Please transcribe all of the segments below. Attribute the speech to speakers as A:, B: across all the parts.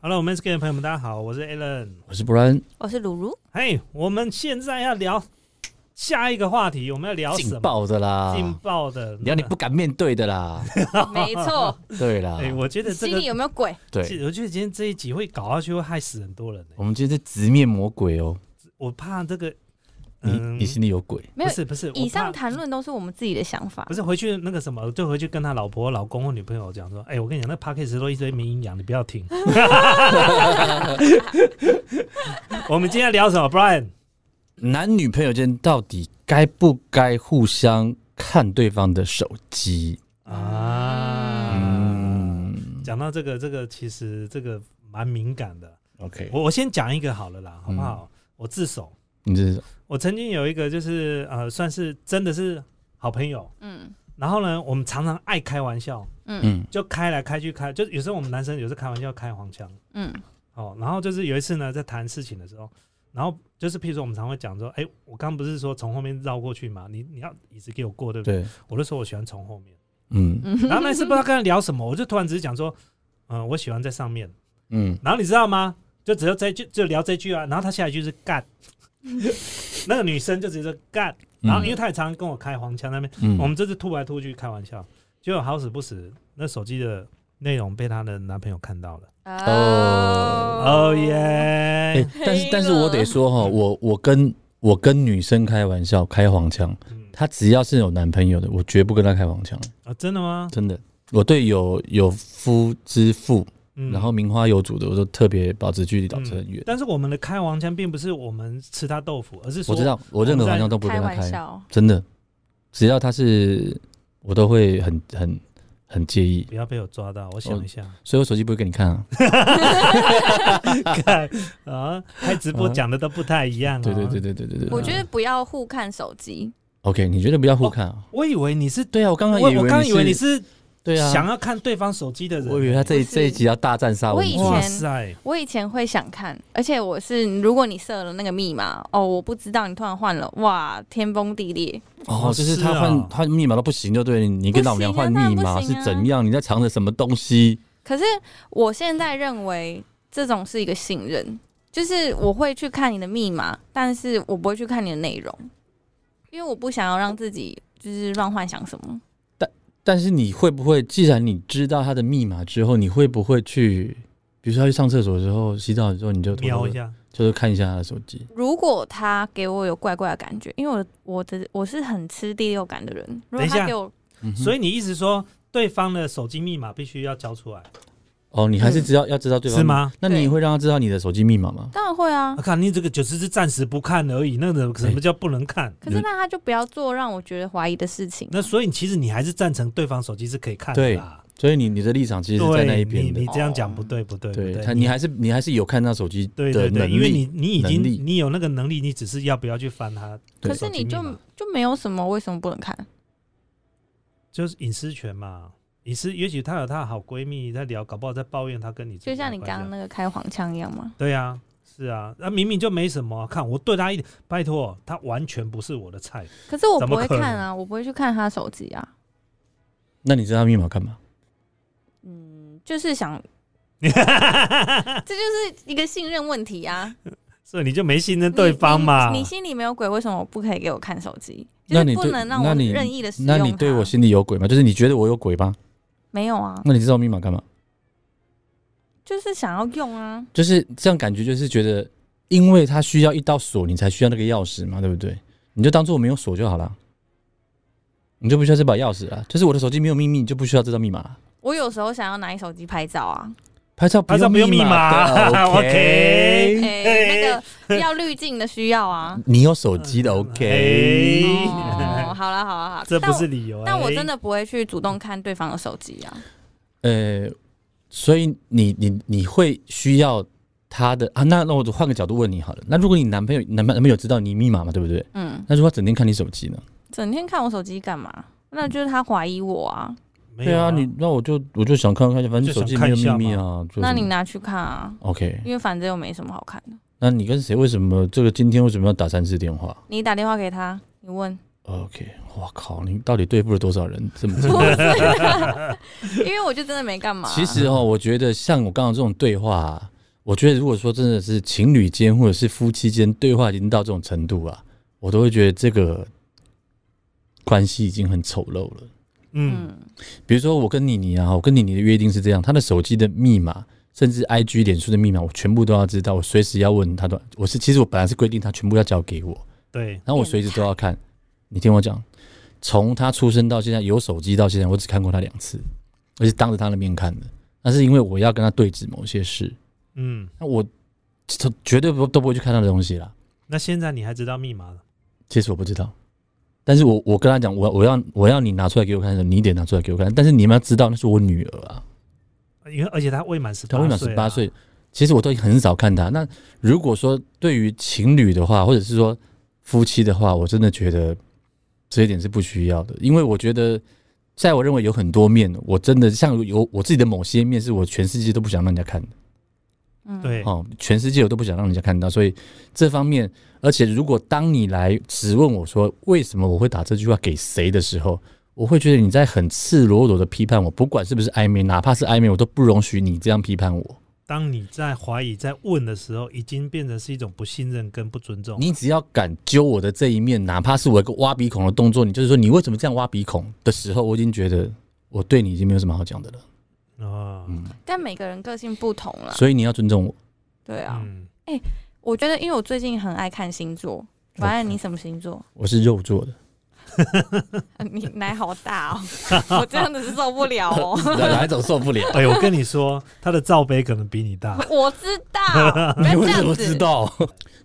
A: Hello，我们 s k 的朋友们，大家好，我是 Alan。
B: 我是 Brian，
C: 我哦是鲁鲁，
A: 嘿、我们现在要聊下一个话题，我们要聊什
B: 劲
A: 么？
B: 爆的啦，
A: 劲爆的，
B: 聊你不敢面对 的啦，
C: 没错，
B: 对啦
A: 哎、，我觉得这
C: 心
A: 个
C: 里，有没有鬼？
B: 对，
A: 我觉得今天这一集会搞下去，会害死很多人、
B: 我们今天是直面魔鬼哦，
A: 我怕这个，
B: 你
A: 嗯
B: 你心里有鬼，
C: 没
A: 不
C: 有，
A: 是不是，我
C: 以上
A: 怕
C: 谈论都是我们自己的想法
A: 不。是回去那个什么，就回去跟他老婆、老公或女朋友讲说，哎、我跟你讲，那 p a c k a g e 都一堆没营养，你不要听。 我们今天要聊什么，Brian？
B: 男女朋友间到底该不该互相看对方的手机？
A: 啊，
B: 嗯
A: 讲到这个，这个其实这个蛮敏感的。
B: ，OK，
A: 我我先讲一个好了啦，好不
B: 嗯
A: 好？我自首，
B: 你这是
A: 我曾经有一个就是呃，算是真的是好朋友。
C: 嗯
A: 然后呢，我们常常爱开玩笑，
C: 嗯
B: 嗯
A: 就开来开去开，就有时候我们男生有时候开玩笑开黄腔
C: 嗯
A: 哦。然后就是有一次呢，在谈事情的时候，然后就是譬如说我们常会讲说，哎，我刚不是说从后面绕过去嘛，你你要椅子给我过，对不对？
B: 嗯对，
A: 我就说我喜欢从后面。
B: 嗯
C: 嗯，
A: 然后那次不知道跟他聊什么，我就突然只是讲说，嗯、我喜欢在上面。
B: 嗯，
A: 然后你知道吗？就只有这一句，就聊这句啊。然后他下一句是干，那个女生就直接说干。然后因为她也常常跟我开黄腔那边，
B: 嗯
A: 我们这次吐来吐去开玩笑，结果好死不死，那手机的内容被她的男朋友看到了。
C: 嗯
A: 哦
B: 哎
A: 耶！，
B: 但是
C: 黑
B: 但是我得
C: 了
B: 说
A: 嗯
B: 哈，我我跟我跟女生开玩笑开黄腔，
A: 嗯
B: 她只要是有男朋友的，我绝不跟她开黄腔，
A: 啊，真的吗？
B: 真的。我对有有夫之妇，
A: 嗯
B: 然后名花有主的，我都特别保持距离，保持很远。
A: 但是我们的开黄腔并不是我们吃她豆腐，而是嗯说
B: 我知道，我任何黄腔都不会
C: 开
B: 跟她
C: 玩
B: 开，
C: 笑，
B: 真的。只要她是，我都会很很很介意，
A: 不要被我抓到。我想一下，
B: 所以我手机不会给你看啊。
A: 看啊，开直播讲的都不太一样、哦。
B: 对对对对对对对。
C: 我觉得不要互看手机，
B: OK，你觉得不要互看啊？
A: 我以为你是
B: 对啊，我刚刚
A: 我
B: 以为
A: 我刚以为你是
B: 对啊，
A: 想要看对方手机的人，
B: 我以为他这一
C: 不是
B: 这一集要大战杀
C: 我
B: 们
C: 以
B: 族
A: 哇
C: 前
A: 塞，
C: 我以前会想看，而且我是如果你设了那个密码，哦，我不知道你突然换了，哇，天崩地裂，
B: 哦，就是
A: 是
B: 他换、
A: 啊
B: 换密码都不行，就对你跟老娘换密码
C: 不
B: 是
C: 行啊
B: 怎样？你在藏着什么东西？
C: 可是我现在认为这种是一个信任，就是我会去看你的密码，但是我不会去看你的内容，因为我不想要让自己就是乱幻想什么。
B: 但是你会不会，既然你知道他的密码之后，你会不会去，比如说他去上厕所的时候、洗澡的时候，你就偷偷地
A: 瞄一，下，
B: 就是看一下他的手机？
C: 如果他给我有怪怪的感觉，因为我我的我是很吃第六感的人，
A: 等
C: 如果
A: 一下
C: 他给我
B: 嗯哼
A: 所以你意思说对方的手机密码必须要交出来，
B: 哦，你还是知道、要知道对啊方
A: 是？吗？
B: 那你
C: 对
B: 会让他知道你的手机密码吗？
C: 当然会啊
A: 我、，看你这个只是暂时不看而已，那个什么叫不能看？
C: 可是那他就不要做让我觉得怀疑的事情。
A: 那所以其实你还是赞成对方手机是可以看的啦，
B: 所以你你的立场其实是在那一
A: 对，
B: 边
A: 你
B: 的
A: 你。这样讲不对，不对，不
B: 对
A: 对，
B: 他，你还是你还是有看到手机的
A: 对
B: 能
A: 对
B: 力，
A: 对，因为你你已经
B: 能力
A: 你有那个能力，你只是要不要去翻它，
C: 可是你就
A: 手机密码
C: 就没有什么，为什么不能看？
A: 就是隐私权嘛。隐私，也许她有她的好闺蜜在聊，搞不好在抱怨她跟你之
C: 就
A: 间的
C: 像
A: 关
C: 你
A: 系啊。
C: 刚刚那个开黄腔一样吗？
A: 对呀、是啊，那、明明就没什么。看我对他一点，拜托，他完全不是我的菜。
C: 可是我
A: 怎
C: 不
A: 么
C: 会
A: 可能
C: 看啊，我不会去看他手机啊，
B: 那你知道他密码干嘛？
C: 嗯，就是想这就是一个信任问题啊！
A: 所以你就没信任对方嘛？
C: 你你你心里没有鬼，为什么不可以给我看手机？就
B: 那
C: 是
B: 你
C: 不
B: 对
C: 能让
B: 那
C: 我
B: 你
C: 任意的使用
B: 那
C: 它。
B: 你对我心里有鬼吗？就是你觉得我有鬼吧？
C: 没有啊，
B: 那你知道我密码干嘛？
C: 就是想要用啊。
B: 就是这样感觉，就是觉得，因为他需要一道锁，你才需要那个钥匙嘛，对不对？你就当做我没有锁就好了，你就不需要这把钥匙了。就是我的手机没有秘密，你就不需要这道密码啦。
C: 我有时候想要拿你手机拍照啊，
B: 拍照
A: 拍照不用密
B: 密
A: 码
B: 的
A: OK
B: ，OK。
C: 哎、那个要滤镜的需要啊。
B: 你有手机的 OK，
A: 哎
C: 哦，好啦好啦好啦，
A: 这不是
C: 但我。
A: 理由、哎
C: 但我真的不会去主动看对方的手机啊，
B: 呃，所以你你你会需要他的啊？那那我换个角度问你好了，那如果你男朋友男男朋友知道你密码嘛，对不对？
C: 嗯，
B: 那如果他整天看你手机呢？
C: 整天看我手机干嘛？那就是他怀疑我啊，
A: 没
B: 对
A: 有
B: 啊，你那我就我就想看看，反正手机没有秘密啊。就是
C: 那你拿去看啊，
B: OK？
C: 因为反正又没什么好看的。
B: 那你跟谁？为什么这个今天为什么要打三次电话
C: 你打电话给他，你问，
B: ？OK，我靠，你到底对付了多少人？这 么
C: 不是，因为我就真的没干嘛。
B: 其实哦，我觉得像我刚刚这种对话啊、我觉得如果说真的是情侣间或者是夫妻间对话已经到这种程度啊，我都会觉得这个关系已经很丑陋了。
A: 嗯，
C: 嗯，
B: 比如说我跟妮妮啊，我跟妮妮的约定是这样，她的手机的密码，甚至 IG、脸书的密码，我全部都要知道，我随时要问她的。我是其实我本来是规定她全部要交给我，
A: 对，
B: 然后我随时都要看。你听我讲，从她出生到现在，有手机到现在，我只看过她两次，而且当着她的面看的。那是因为我要跟她对峙某些事，
A: 嗯，
B: 那我这绝对不都不会去看她的东西啦。
A: 那现在你还知道密码了？
B: 其实我不知道，但是我我跟她讲，我我要我要你拿出来给我看的时候，你得拿出来给我看。但是你们要知道，那是我女儿啊。
A: 因为而且他未满十八岁，
B: 他
A: 啊
B: 未满十八，岁，其实我都很少看他。那如果说对于情侣的话，或者是说夫妻的话，我真的觉得这一点是不需要的，因为我觉得，在我认为有很多面，我真的像有我自己的某些面，是我全世界都不想让人家看的。
C: 嗯，
A: 对，
B: 哦，全世界我都不想让人家看到，所以这方面，而且如果当你来质问我说为什么我会打这句话给谁的时候，我会觉得你在很赤裸裸的批判我，不管是不是暧昧，哪怕是暧昧，我都不容许你这样批判我。
A: 当你在怀疑、在问的时候，已经变成是一种不信任跟不尊重。
B: 哦你只要敢揪我的这一面，哪怕是我一个挖鼻孔的动作，你就是说你为什么这样挖鼻孔的时候，我已经觉得我对你已经没有什么好讲的了。
A: 啊，
B: 嗯，
C: 但每个人个性不同啦，
B: 所以你要尊重我。
C: 对啊，
A: 嗯，
C: 我觉得因为我最近很爱看星座，反正你什么星座？
B: 我是肉做的，
C: 啊你奶好大哦，我真的是受不了哦。
B: 哪一种受不了？
A: 哎，我跟你说，他的罩杯可能比你大。
C: 我知道，不
B: 你
C: 要这
B: 为什
C: 样
B: 么
C: 子
B: 知。道？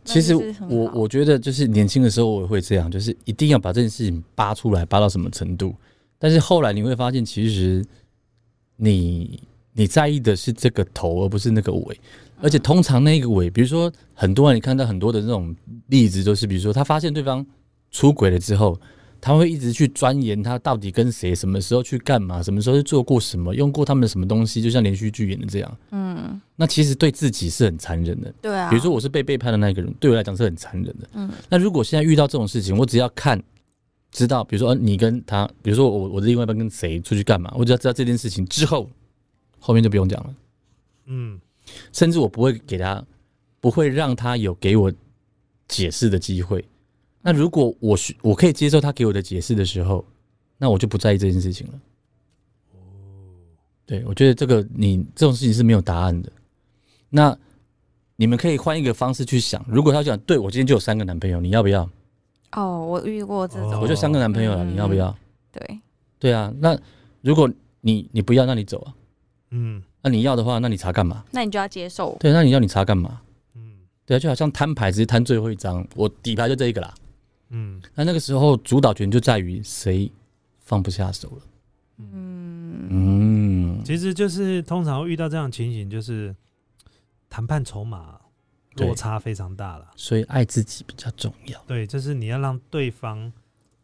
B: 其实我我觉得就是年轻的时候我也会这样，就是一定要把这件事情扒出来，扒到什么程度。但是后来你会发现，其实你你在意的是这个头，而不是那个尾。而且通常那个尾，比如说很多人你看到很多的那种例子，都是比如说他发现对方出轨了之后，他会一直去钻研他到底跟谁、什么时候去干嘛、什么时候去做过什么、用过他们的什么东西，就像连续剧演的这样。
C: 嗯，
B: 那其实对自己是很残忍的。
C: 对啊。
B: 比如说，我是被背叛的那一个人，对我来讲是很残忍的。
C: 嗯
B: 那如果现在遇到这种事情，我只要看知道，比如说呃你跟他，比如说我我的另外一半跟谁出去干嘛，我只要知道这件事情之后，后面就不用讲了，
A: 嗯，
B: 甚至我不会给他，不会让他有给我解释的机会。那如果我需我可以接受他给我的解释的时候，那我就不在意这件事情了。对，我觉得这个你这种事情是没有答案的。那你们可以换一个方式去想，如果他讲，对我今天就有三个男朋友，你要不要？
C: 哦，我遇过这
A: 哦
C: 种，
B: 我就三个男朋友了，
C: 嗯
B: 你要不要？
C: 对，
B: 对啊，那如果你你不要，那你走啊。
A: 嗯
B: 那你要的话，那你查干嘛？
C: 那你就要接受。
B: 对，那你要你查干嘛？
A: 嗯
B: 对啊，就好像摊牌，直接摊最后一张，我底牌就这一个啦。
A: 嗯，
B: 那那个时候主导权就在于谁放不下手了。
C: 嗯，
B: 嗯，
A: 其实就是通常会遇到这样的情形，就是谈判筹码
B: 对
A: 落差非常大了。
B: 所以爱自己比较重要。
A: 对，就是你要让对方，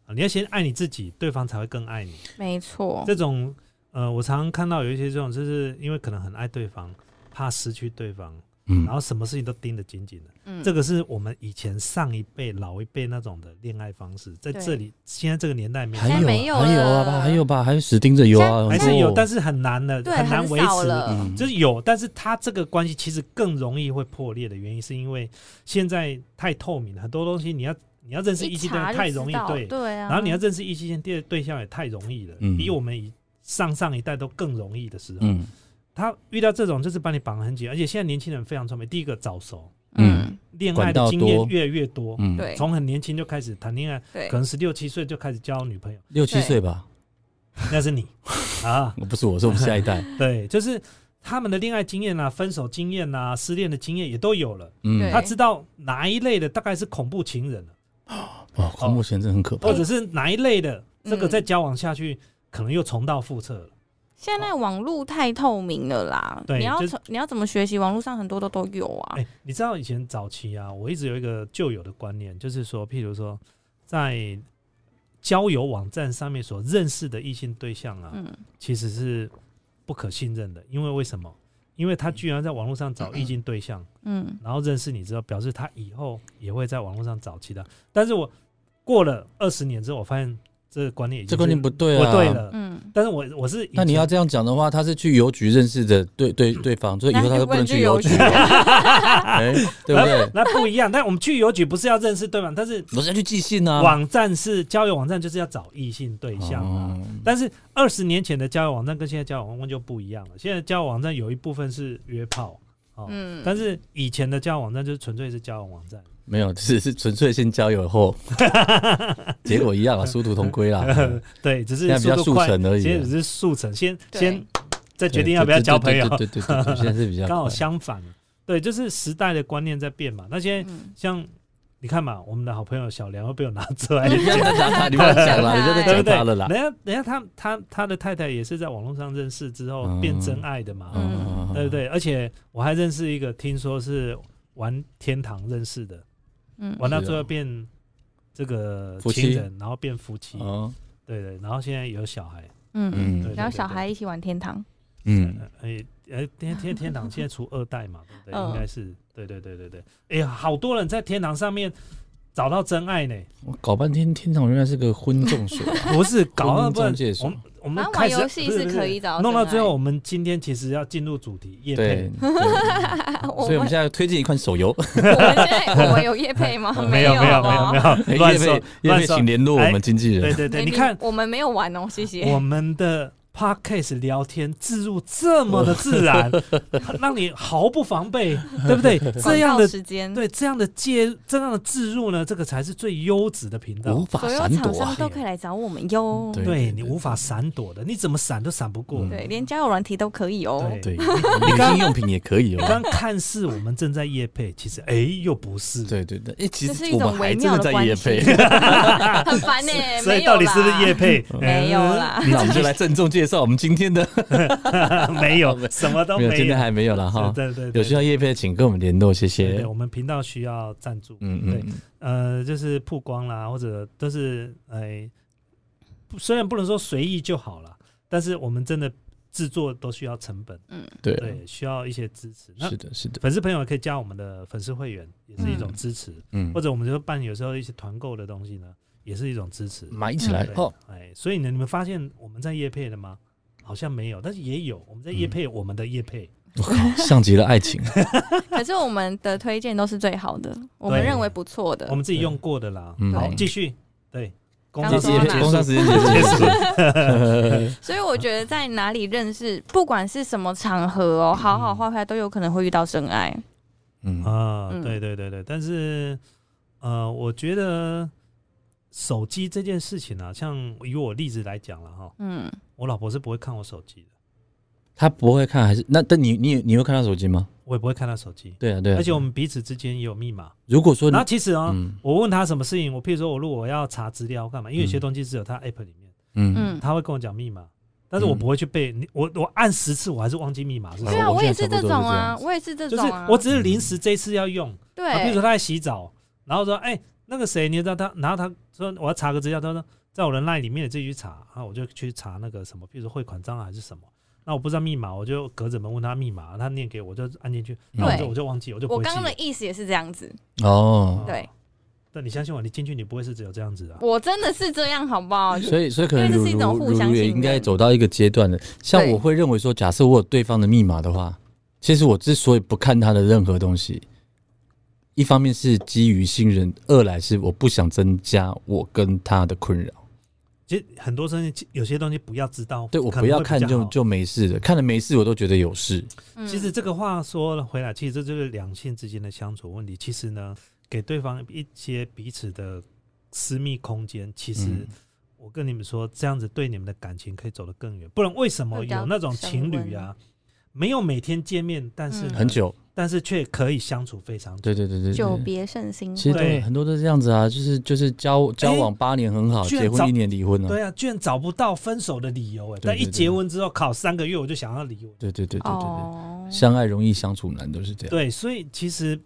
A: 啊你要先爱你自己，对方才会更爱你。
C: 没错。
A: 这种呃，我常常看到有一些这种，就是因为可能很爱对方，怕失去对方，
B: 嗯
A: 然，后什么事情都盯得紧紧的。
C: 嗯，
A: 这个是我们以前上一辈、老一辈那种的恋爱方式，在
C: 对
A: 这里现在这个年代没有
B: 还有
C: 现在没有
B: 还有啊
C: 了
B: 吧，还有吧，还有死盯着有啊，
A: 还是有，但
B: 是
A: 是很难的，
C: 对
A: 难
C: 很
A: 维
C: 少
A: 持。
C: 了。
B: 嗯
A: 就是有，但是它这个关系其实更容易会破裂的原因，是因为现在太透明了，很多东西你要你要认识异性
C: 查
A: 恋
C: 就
A: 太容易
C: 知道，
A: 对，
C: 对啊。
A: 然后你要认识异性恋对对象也太容易了，
B: 嗯
A: 比我们以上上一代都更容易的时候，
B: 嗯
A: 他遇到这种就是把你绑得很紧，而且现在年轻人非常聪明，第一个早熟，
C: 嗯，
A: 恋爱
B: 管
A: 的
B: 道
A: 经验
B: 多
A: 越来越多，
B: 嗯，
C: 对
A: 从很年轻就开始谈恋爱，
C: 对
A: 可能十六七岁就开始交女朋友，
B: 六七
C: 对
B: 岁吧，
A: 那是你啊，
B: 不是我，是我们下一代。
A: 对，就是他们的恋爱经验啊、分手经验啊、失恋的经验也都有了，
B: 嗯
C: 对，
A: 他知道哪一类的大概是恐怖情人了，
B: 哇，恐怖前真的很可怕
C: 哦
A: 或。者是哪一类的这个
C: 嗯
A: 再交往下去可能又重蹈覆辙了。
C: 现在网络太透明了啦，
A: 对
C: 你要
A: 就是
C: 从你要怎么学习？网络上很多都都有啊
A: 哎、。你知道以前早期啊，我一直有一个旧有的观念，就是说，譬如说，在交友网站上面所认识的异性对象啊，
C: 嗯，
A: 其实是不可信任的，因为为什么？因为他居然在网络上找异性对象，
C: 嗯，
A: 然后认识你之后，表示他以后也会在网络上找其他。但是我过了二十年之后，我发现这个观念已经
B: 这观念不对
A: 不
B: 啊，
A: 对。了。
C: 嗯，
A: 但是我我是以
B: 那你
A: 前
B: 要这样讲的话，他是去邮局认识的对对对方，所以以后他就不能去邮局，
C: 啊
B: 哎，对不对？
A: 那不一样，但我们去邮局不是要认识对方，但是
B: 不是要去寄 信啊，
A: 网站是交友网站，就是要找异性对象啊。
B: 哦
A: 但是二十年前的交友网站跟现在交友网站就不一样了。现在交友网站有一部分是约炮，哦，
C: 嗯
A: 但是以前的交友网站就是纯粹是交友网 站，
B: 没有，只是纯粹先交友后，结果一样啊，殊途同归啦。
A: 对，只是
B: 现在比较
A: 速度快
B: 速成而已啊
A: 现在只是速成，先
C: 对嗯
A: 先再决定要不要交朋友，
B: 对对对对对对对现在是比较
A: 刚好
B: 快
A: 相反，对，就是时代的观念在变嘛。那些
C: 嗯
A: 像你看嘛，我们的好朋友小梁又被我拿出来
C: 嗯
B: 你不要再讲他，你不要再讲了，你不要再
A: 对不
B: 讲
A: 对？
B: 他了啦。
A: 人家人家他他他的太太也是在网络上认识之后
B: 嗯
A: 变真爱的嘛，
C: 嗯
A: 对不？对？而且我还认识一个，听说是玩天堂认识的，
C: 嗯
A: 玩到
B: 是啊
A: 最后变这个
B: 夫妻
A: 情人，然后变夫妻，
B: 哦，
A: 对对，然后现在有小孩，
C: 嗯，
A: 对
B: 嗯
C: 然后小孩一起玩天 堂，
B: 嗯，
A: 哎哎，天天天堂现在出二代嘛，对不对？
C: 嗯
A: 应该是对对对对对，哎呀，好多人在天堂上面找到真爱呢，
B: 我搞半天，天堂原来是个婚众所，
A: 不是搞到不然
B: 婚姻中介所
A: 我们我们
C: 反正玩
A: 开始
C: 游戏
A: 不是不
C: 是可以找到
A: 弄到
C: 真爱
A: 最后，我们今天其实要进入主题，叶配？
B: 对，对所以我们现在推荐一款手游，
C: 我们现在我们有叶配吗 哦
A: 有没
C: 有
A: 有没有没 有
B: 叶
A: 乱
B: 佩
A: 说
B: 叶
A: 乱
B: 佩，
A: 说
B: 请，联络我们经纪
A: 对
B: 人。
A: 对对，
C: Maybe
A: 你看
C: 我们没有玩哦，谢
A: 我
C: 谢。
A: 们的 podcast 聊天置入这么的自然，
B: 哦
A: 让你毫不防备，对不 对？这样
C: 广告
A: 的
C: 时间，
A: 对这样的介这样的置入呢，这个才是最优质的频
B: 无
A: 道。
B: 法
C: 所有
B: 闪
C: 厂
B: 躲啊
C: 商！都可以来找我们哟。
B: 对
A: 对你无法闪躲的，你怎么闪都闪不过。
B: 嗯
C: 对，连交友软体都可以哦。
A: 对
B: 对，女性用品也可以
A: 刚
B: 哦。
A: 看似我们正在夜配，其实哎又不是，
B: 对对对，哎，其
C: 这是
B: 实
C: 一
B: 我
C: 种
B: 们
C: 微
B: 还真
C: 妙
B: 的
C: 的
B: 在
C: 关
B: 夜
C: 系，
B: 配，
C: 很烦呢、欸。
A: 所以
C: 没有
A: 到底是不
C: 啦
A: 是夜配？
C: 没有啦
A: 嗯
B: 那我们就来郑重介绍我们今天的，
A: 没有， 什么都
B: 没有，今
A: 没
B: 天
A: 有。
B: 还没有了哈。
A: 对对对，
B: 有需要叶配，请跟我们联络，谢
A: 对
B: 谢
A: 对，。我们频道需要赞助。
B: 嗯
A: 对
B: 嗯，
A: 呃，就是曝光啦，或者都是哎、不虽然不能说随意就好了，但是我们真的制作都需要成本，
C: 嗯
B: 对，
A: 对，需要一些支持。那
B: 是的，是的，
A: 粉丝朋友可以加我们的粉丝会员，也是一种支持，
B: 嗯
A: 或，者我们就办有时候一些团购的东西呢，也是一种支持。
B: 买起来
A: 对
B: 哦，，
A: 哎，所以呢，你们发现我们在夜配了吗？好像没有，但是也有我们在夜配我们的夜配，
B: 我靠，像极了爱情，
C: 可是我们的推荐都是最好的，我们
A: 对
C: 认为不错的
A: 我。们自己用过的啦。
B: 嗯
A: 好，继续，对，工
C: 刚
A: 作
C: 刚
A: 时间
C: 说
A: 结
C: 到哪
A: 束
B: 工商时间结
A: 结
B: 束，
A: 束。
C: 所以我觉得在哪里认识，不管是什么场合哦，好好坏坏都有可能会遇到真爱。
B: 嗯，
A: 啊，
C: 嗯
A: 对对对对，但是呃，我觉得手机这件事情啊，像以我例子来讲了哈，
C: 嗯，
A: 我老婆是不会看我手机的，
B: 他不会看还是那？但你你你会看他手机吗？
A: 我也不会看她手机，
B: 对啊，对啊。
A: 而且我们彼此之间也有密码。
B: 如果说你
A: 然后其实啊，
B: 嗯
A: 我问她什么事情，我譬如说我如果我要查资料干嘛，因为有些东西只有她 app 里面，
B: 嗯
C: 嗯，
A: 她会跟我讲密码。但是我不会去背，你我我按十次我还是忘记密码是什
C: 对
A: 么，
C: 啊，
B: 我
C: 我
B: 们
C: 也
B: 现
C: 是
B: 在差
C: 这
B: 不多
C: 种
B: 都是这样
C: 啊，
B: 子
C: 我也是这
A: 就是
C: 种啊。
A: 我只是临时这一次要用，啊，比如
C: 对
A: 说，他在洗澡，然后说，哎、那个谁，你知道他，然后他说我要查个资料，他说在我的 line 里面你自己去查，然后我就去查那个什么，比如说汇款账号还是什么，那我不知道密码，我就隔着门问他密码，他念给我，我就按进去，然后我就
C: 对
A: 我就忘记，我就不
C: 我
A: 会记
C: 刚刚的
A: 了。
C: 意思也是这样子。
B: 哦，
C: 对，
A: 但你相信我，你进去你不会是只有这样子的、啊。
C: 我真的是这样，好不好？
B: 所以所以可能
C: 因为
B: 如
C: 这是一种
B: 如
C: 互
B: 如
C: 相
B: 如也
C: 信任
B: 应该走到一个阶段的。像
C: 对
B: 我会认为说，假设我有对方的密码的话，其实我之所以不看他的任何东西，一方面是基于信任，二来是我不想增加我跟他的困扰。
A: 其实很多东西，有些东西不要知道，
B: 对我
A: 可
B: 不
A: 能
B: 要
A: 会比
B: 看
A: 较
B: 就
A: 好
B: 就没事的，看了没事我都觉得有事。
C: 嗯
A: 其实这个话说了回来，其实这就是两性之间的相处问题。其实呢，给对方一些彼此的私密空间，其实
B: 嗯
A: 我跟你们说，这样子对你们的感情可以走得更远。不然为什么
C: 会比较
A: 有那种情侣啊，没有每天见面，但是呢
C: 嗯
B: 很，久，
A: 但是却可以相处非常久。
B: 对对对对对，
C: 久别胜新
B: 其实
C: 婚，
B: 都
A: 对
B: 很多都是这样子啊，就是就是交交往八年很好，
A: 居然
B: 结
A: 找
B: 婚一年离婚啊。
A: 对啊，居然找不到分手的理由哎、
B: 对
A: 但一
B: 对对
A: 结婚之后，考三个月我就想要离婚。
B: 对对对对对对，
C: 哦，
B: 相爱容易相处难，都是这样。
A: 对，所以其实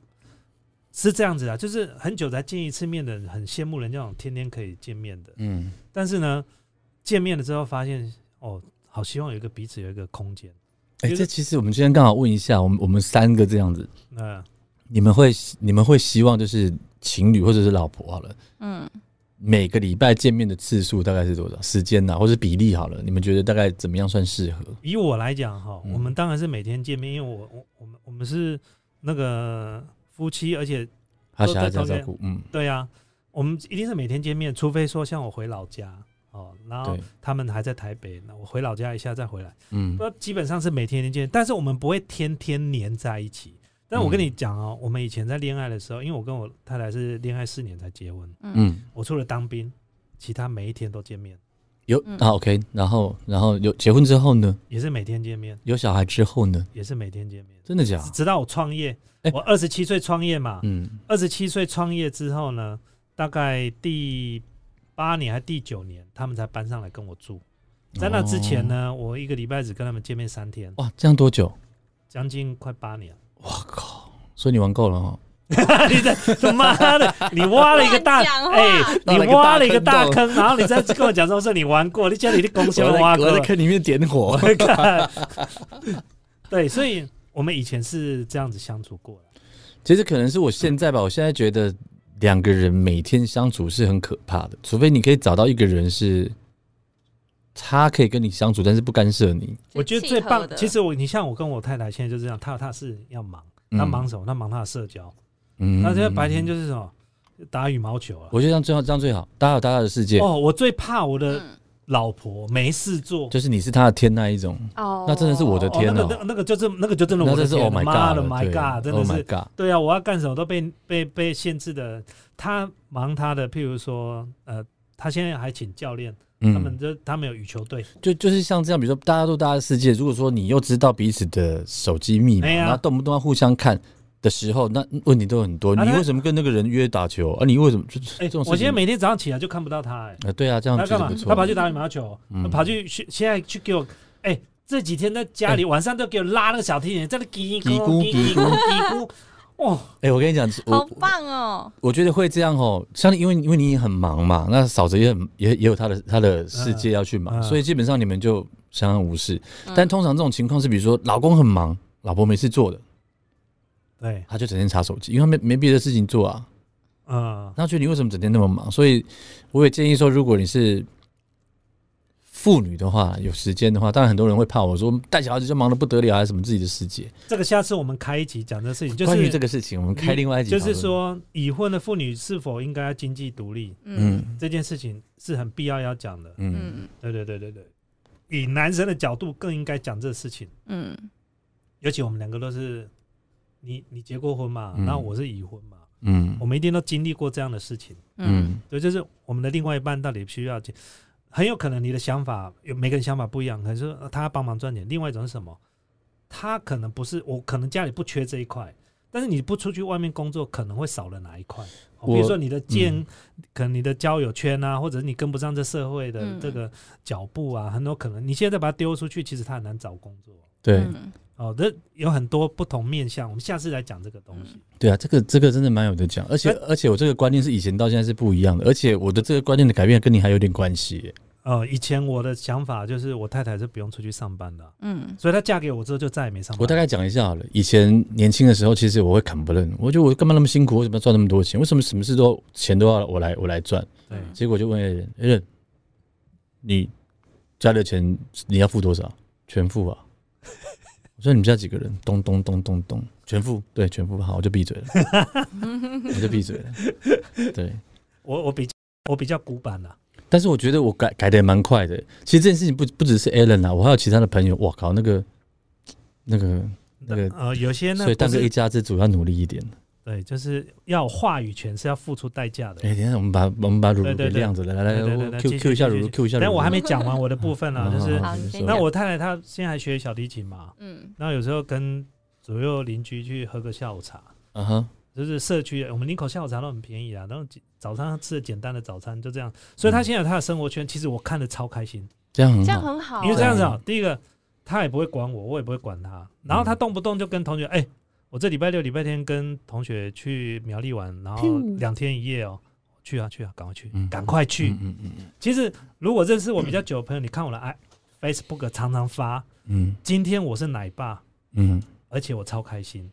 A: 是这样子啊，就是很久才见一次面的人，很羡慕人家那种天天可以见面的。
B: 嗯，
A: 但是呢，见面了之后发现，哦，好希望有一个彼此有一个空间。
B: 哎，
A: 就是
B: 这其实我们今天刚好问一下，我们我们三个这样子，
A: 那、
B: 你们会你们会希望就是情侣或者是老婆好了，
C: 嗯，
B: 每个礼拜见面的次数大概是多少？时间啊呐、或是比例好了？你们觉得大概怎么样算适合？
A: 以我来讲哈，
B: 嗯
A: 我们当然是每天见面，因为我我我们我们是那个夫妻，而且
B: 他
A: 都
B: 小
A: 在
B: 孩子要
A: 中
B: 照
A: 间
B: 顾，嗯，
A: 对呀、我们一定是每天见面，除非说像我回老家哦，然后
B: 对，
A: 他们还在台北，那我回老家一下再回来，
B: 嗯，
A: 那基本上是每天见面，但是我们不会天天黏在一起。但我跟你
B: 嗯
A: 讲哦，我们以前在恋爱的时候，因为我跟我太太是恋爱四年才结婚，
C: 嗯
B: 嗯，
A: 我除了当兵，其他每一天都见面，
B: 有
C: 嗯
B: 啊，OK，然后然后有结婚之后呢，
A: 也是每天见面，
B: 有小孩之后呢，
A: 也是每天见面。
B: 真的假的？啊
A: 直到我创业
B: 哎，
A: 我二十七岁创业嘛，
B: 嗯，
A: 二十七岁创业之后呢，大概第八年还第九年，他们才搬上来跟我住。在那之前
B: 哦
A: 呢，我一个礼拜只跟他们见面三天，
B: 哦？哇，这样多久？
A: 将近快八年。
B: 我靠！所以你玩够了哦。
A: 你的 他妈的，你挖了一个大
C: 乱讲话
A: 哎、你挖了一个大
B: 挖了一个大
A: 坑，然后你再跟我讲说是你玩过，你家里的公
B: 我
A: 司
B: 在
A: 挖过
B: 我，在坑里面点火。
A: 看。对，所以我们以前是这样子相处过的。
B: 其实可能是我现在
A: 嗯
B: 吧，我现在觉得两个人每天相处是很可怕的，除非你可以找到一个人是他可以跟你相处，但是不干涉你。
A: 我觉得最棒，其
C: 实
A: 实我你像我跟我太太现在就这样，她有她是要忙，
B: 嗯
A: 她忙什么？她忙她的社交，
B: 嗯
A: 她现在白天就是什么打羽毛球了。
B: 我觉得这样最好，这样最好，大家有大家的世界，
A: 哦，我最怕我的
B: 呃
C: 嗯
A: 老婆没事做。
B: 就是你是他的天那一种，
C: 哦
B: 那真的是我的
A: 哦，
B: 天
A: 那
B: 哪
A: 个那那个就是那个就真的
B: 那
A: 我的
B: 真是
A: 天啊
B: Oh my
A: 妈
B: God
A: 的
B: 了
A: my
B: 对
A: God，真的
B: Oh
A: 是
B: my God，
A: 对啊，我要干什么都被被被限制的。他忙他的，譬如说，呃，他现在还请教练，
B: 嗯
A: 他们就他们有羽球队，
B: 就就是像这样，比如说大家都大家的世界，如果说你又知道彼此的手机密码，
A: 哎呀
B: 然后动不动要互相看的时候，那问题都很多。
A: 啊
B: 你
A: 那
B: 为什么跟那个人约打球啊？你为什么就
A: 哎、
B: 这种事情？
A: 我现在每天早上起来就看不到他、哎，
B: 呃对啊，这样
A: 他
B: 其
A: 干
B: 实
A: 嘛
B: 不？错。
A: 他跑去打羽毛球，
B: 嗯
A: 他跑去去现在去给我，哎、这几天在家里、晚上都给我拉那个小提琴，在那嘀咕
B: 嘀咕
A: 嘀咕嘀咕，哦，
B: 哎、我跟你讲，
C: 好
B: 我
C: 棒哦，
B: 我觉得会这样哦，像因为因为你也很忙嘛，那嫂子也很也也有她的她的世界要去忙，
A: 嗯嗯
B: 所以基本上你们就相安无事。
C: 嗯
B: 但通常这种情况是，比如说老公很忙，老婆没事做的，
A: 对，
B: 她就整天查手机，因为她没没别的事情做啊。
A: 嗯，
B: 那就你为什么整天那么忙？所以我也建议说，如果你是妇女的话，有时间的话，当然很多人会怕我说带小孩子就忙得不得了，还是什么自己的世界。
A: 这个下次我们开一集讲这事情，就是
B: 关于这个事情，我们开另外一集。
A: 就是，说已婚的妇女是否应该经济独立
C: 嗯
B: 嗯
A: 这件事情是很必要要讲的。
B: 嗯，
C: 嗯
A: 对对对对对，以男生的角度更应该讲这事情，
C: 嗯
A: 尤其我们两个都是你你结过婚嘛，
B: 嗯
A: 然后我是已婚嘛，
B: 嗯
A: 我们一定都经历过这样的事情，
C: 嗯，
A: 所以就是我们的另外一半到底需要，很有可能你的想法有每个人想法不一样，可能是呃他帮忙赚钱，另外一种是什么？他可能不是我，可能家里不缺这一块，但是你不出去外面工作，可能会少了哪一块？哦比
B: 我
A: 如说你的见，可能你的交友圈啊，或者你跟不上这社会的
C: 嗯
A: 这个脚步啊，很有可能你现在把它丢出去，其实他很难找工作。
B: 对
C: 嗯
A: 哦，这有很多不同面向，我们下次来讲这个东西。
B: 对啊，这个这个真的蛮有得讲，而且而且我这个观念是以前到现在是不一样的，而且我的这个观念的改变跟你还有点关系。
A: 呃，以前我的想法就是我太太是不用出去上班的啊，
C: 嗯
A: 所以她嫁给我之后就再也没上班。
B: 我大概讲一下好了，以前年轻的时候，其实我会砍不认，我觉得我干嘛那么辛苦，为什么要赚那么多钱？为什么什么事都钱都要我来我来赚？
A: 对
B: 结果就问 A 人，A 人，你家里的钱你要付多少？全付啊！我说你们家几个人？咚咚咚咚咚，全付，对，全付。好，我就闭嘴了， 我就闭嘴了。对，
A: 我我比较我比较古板啦、
B: 但是我觉得我改改的也蛮快的。其实这件事情不不只是 Alan 啊，我还有其他的朋友。哇靠，那个那个，那个
A: 呃，有些呢
B: 所以
A: 不
B: 当个一
A: 是
B: 家之主要努力一点。
A: 对，就是要有话语权是要付出代价的。
B: 哎、等一下我们把我们把乳
A: 对
B: 乳
A: 对
B: 给
A: 对
B: 晾着，来来来
A: 对对对对
B: ，Q
A: 继续
B: Q 一下
A: 继
B: 乳
A: 续
B: 乳，Q 一下乳啊
A: 但
B: 乳。
A: 我还没讲完我的部分 啦、就是
C: 好你先
A: 那
C: 讲
A: 我太太她现在还学小提琴嘛，
C: 嗯
A: 然后有时候跟左右邻居去喝个下午茶，
B: 啊哈，
A: 就是社区我们林口下午茶都很便宜啊，然后几早上吃的简单的早餐就这样，所以
B: 嗯
A: 她现在有她的生活圈，其实我看的超开心，
B: 这样很
C: 这样
B: 好。
C: 很好，欸
A: 因为这样子啊，第一个她也不会管我，我也不会管她，然后她
B: 嗯
A: 动不动就跟同学，哎、我这礼拜六、礼拜天跟同学去苗栗玩，然后
C: 嗯
A: 两天一夜哦，去啊去啊，赶快去
B: 嗯，
A: 赶快去
B: 嗯。嗯嗯嗯
A: 其实如果认识我比较久的朋友，你看我的 i Facebook 常常发，
B: 嗯
A: 今天我是奶爸，
B: 嗯
A: 而且我超开心。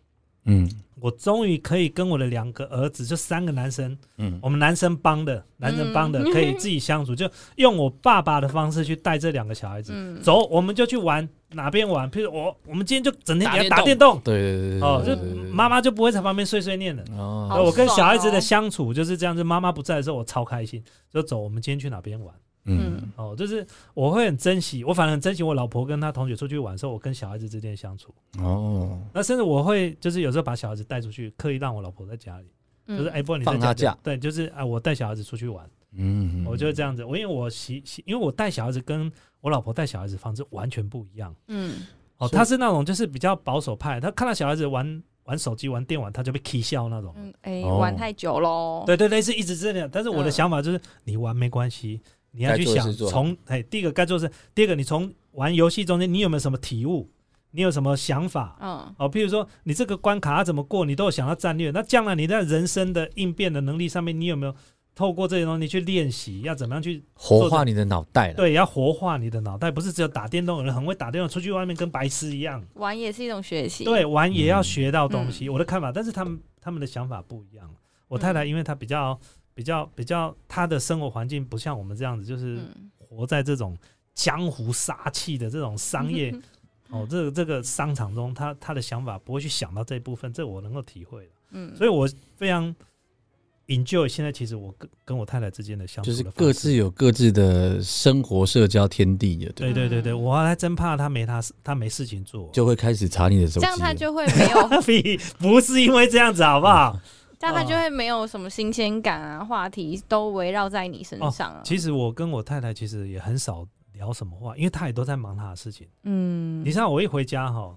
B: 嗯
A: 我终于可以跟我的两个儿子，就三个男生，
B: 嗯
A: 我们男生帮的，男生帮的
C: 嗯
A: 可以自己相处，就用我爸爸的方式去带这两个小孩子。
C: 嗯，
A: 走，我们就去玩哪边玩，譬如我，我们今天就整天给他打
B: 打电
A: 电动，
B: 对对对对
A: 哦，
B: 对
A: 就
B: 对对对
A: 妈妈就不会在旁边碎碎念了。
B: 哦
C: 好
A: 我跟
C: 爽
A: 小孩子
C: 哦
A: 的相处就是这样子，妈妈不在的时候我超开心，就走，我们今天去哪边玩？
B: 嗯
A: 哦，就是我会很珍惜，我反而很珍惜我老婆跟她同学出去玩的时候，我跟小孩子之间的相处。
B: 哦，
A: 那甚至我会就是有时候把小孩子带出去，刻意让我老婆在家里，
C: 嗯
A: 就是哎，不然你在
B: 嗯放她
A: 家
B: 假
A: 里，对，就是啊，我带小孩子出去玩，
B: 嗯，
A: 我就这样子。我因为我喜喜，因为我带小孩子跟我老婆带小孩子方式完全不一样。
C: 嗯，
A: 哦，
B: 所以
A: 他是那种就是比较保守派，他看到小孩子玩玩手机、玩电玩，他就被 k 笑那种。
C: 嗯，哎，
B: 哦
C: 玩太久喽，
A: 对对对，是一直这样。但是我的
C: 嗯
A: 想法就是，你玩没关系，你要
B: 该
A: 去
B: 做的
A: 想
B: 事做好
A: 从哎，第一个该做的事，第二个你从玩游戏中间你有没有什么体悟，你有什么想法？
C: 嗯，
A: 哦，譬如说你这个关卡要怎么过，你都有想到战略。那将来你在人生的应变的能力上面，你有没有透过这些东西去练习，要怎么样去
B: 活化你的脑袋了。
A: 对，要活化你的脑袋，不是只有打电动，有人很会打电动，出去外面跟白痴一样。
C: 玩也是一种学习，，
A: 对，玩也要学到东
C: 嗯
A: 西。我的看法，但是他们他们的想法不一样。我太太因为她比较比较比较，她的生活环境不像我们这样子，就是
C: 嗯，
A: 活在这种江湖杀气的这种商 业哦，这个这个商场中，她她的想法不会去想到这一部分，这我能够体会的。
C: 嗯，
A: 所以我非常 enjoy 现在其实我跟跟我太太之间的相处的
B: 就是
A: 方
B: 各
A: 式
B: 自有各自的生活社交天地的，对，
A: 对对对对，
C: 嗯
A: 我还真怕她没她她没事情做。
B: 就会开始查你的手
C: 这
B: 机。
C: 样他就会没有，
A: 屁不是因为这样子好不好？
C: 这样他就会没有什么新鲜感啊，话题都围绕在你身上啊，
A: 哦其实我跟我太太其实也很少聊什么话，因为她也都在忙她的事情。
C: 嗯，
A: 你像我一回家哈，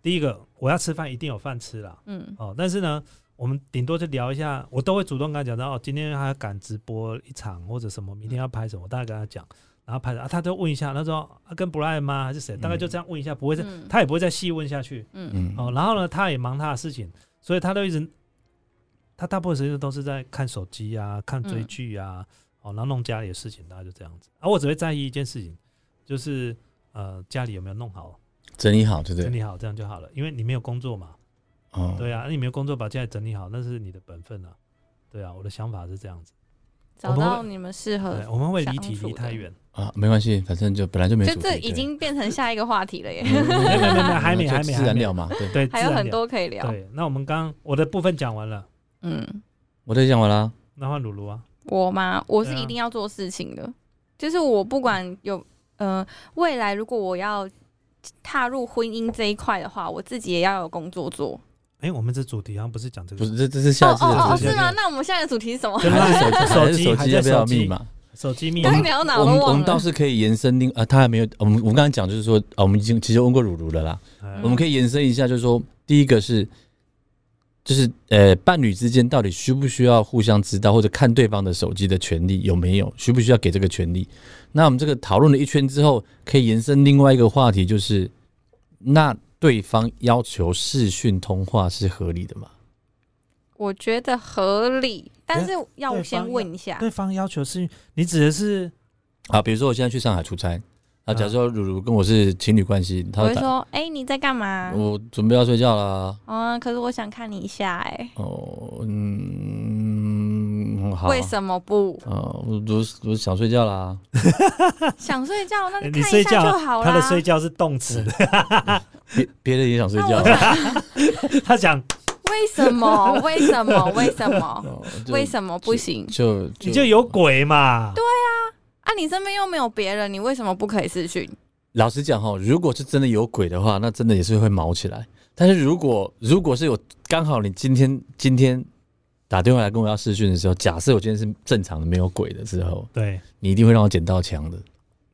A: 第一个我要吃饭一定有饭吃啦，
C: 嗯
A: 哦，但是呢，我们顶多就聊一下，我都会主动跟她讲到，哦，今天还要赶直播一场或者什么，明天要拍什么，我大概跟她讲，然后拍的啊，她都问一下，她说、啊、跟 Brian 吗还是谁，大概就这样问一下，不会再，
C: 嗯
A: 她也不会再细问下去。
C: 嗯
B: 嗯，
A: 哦，然后呢，她也忙她的事情，所以她都一直，她大部分时间都是在看手机啊，看追
C: 嗯
A: 剧啊，哦，然后弄家里的事情，大家就这样子。啊，我只会在意一件事情，就是呃，家里有没有弄好，
B: 整理好，对不
A: 整
B: 对？
A: 理好，这样就好了。因为你没有工作嘛，
B: 哦，
A: 对啊，你没有工作，把家里整理好，那是你的本分啊。对啊，我的想法是这样子。
C: 找到你们
A: 对，
C: 适合，
A: 我们会离
C: 呃相
A: 题
C: 处
A: 离太
C: 的
A: 远，
B: 啊，没关系，反正就本来哎就没
C: 就
B: 主题，
C: 这
B: 对
C: 已经变成下一个话题了耶，
B: 没没
A: 没没没还没
B: 就
A: 还没
B: 自
A: 还
B: 然
A: 没
B: 聊嘛。对，
A: 对， 嗯
C: 还
A: 自
C: 有
A: 然
C: 很
A: 聊。
C: 多可以聊，
A: 对，那我们刚我的部分讲完了，
C: 嗯。
B: 我都讲完了，
A: 那换鲁鲁啊。
C: 我吗？我是
A: 对啊
C: 一定要做事情的，就是我不管有呃未来，如果我要踏入婚姻这一块的话，我自己也要有工作做。
A: 哎，我们这主题好像不是讲这
B: 不
A: 个，
B: 是这这是
C: 哦
B: 下次
C: 哦哦
B: 的
C: 哦，
B: 主
A: 是
B: 题
C: 是
A: 下
C: 吗？
A: 次
C: 那我们现在的主题是什么？
A: 跟
B: 还是手机还
A: 手
B: 是
A: 机
B: 手
A: 还
B: 机
A: 在
B: 要不要
A: 手机
B: 密码？
A: 手机密
C: 刚
A: 码
C: 刚。聊 到
B: 我
C: 哪
B: 们
C: 都
B: 我
C: 啊忘
B: 们倒
C: 了。
B: 是可以延伸另啊，他还没有，我们我们刚刚讲就是说啊，我们已经其实问过乳乳了啦，
A: 哎
B: 我们可以延伸一下，就是说第一个是，就是呃伴侣之间到底需不需要互相知道或者看对方的手机的权利有没有，需不需要给这个权利？那我们这个讨论了一圈之后，可以延伸另外一个话题，就是那对方要求视讯通话是合理的吗？
C: 我觉得合理，但是要
A: 对
C: 先
A: 方
C: 问一下。
A: 对方要求是，你指的是
B: 啊，比如说我现在去上海出差，啊，假
A: 啊
B: 如说乳乳跟我是情侣关系，
C: 我
B: 他
C: 会说：“哎、你在干嘛？”
B: 我准备要睡觉啦。
C: 啊、可是我想看你一下、哎、
B: 哦，嗯，好。
C: 为什么不
B: 哦，我我我想睡觉啦。
C: 想睡觉？那
A: 哎
C: 嗯
A: 你
C: 看一
A: 睡
C: 下
A: 觉
C: 就好啦。
A: 他的睡觉是动词，
B: 别别人也想睡
C: 那
B: 觉
C: 我。想，
A: 他讲
C: 为什么？为什么？为什么？
B: 哦
C: 为什么不行？
B: 就就
A: 你就有鬼嘛。对，
C: 啊，你身边又没有别人，你为什么不可以试训？
B: 老实讲哈，如果是真的有鬼的话，那真的也是会毛起来。但是如果如果是有刚好你今天今天打电话来跟我要视讯的时候，假设我今天是正常的没有鬼的时候，你一定会让我捡到枪的。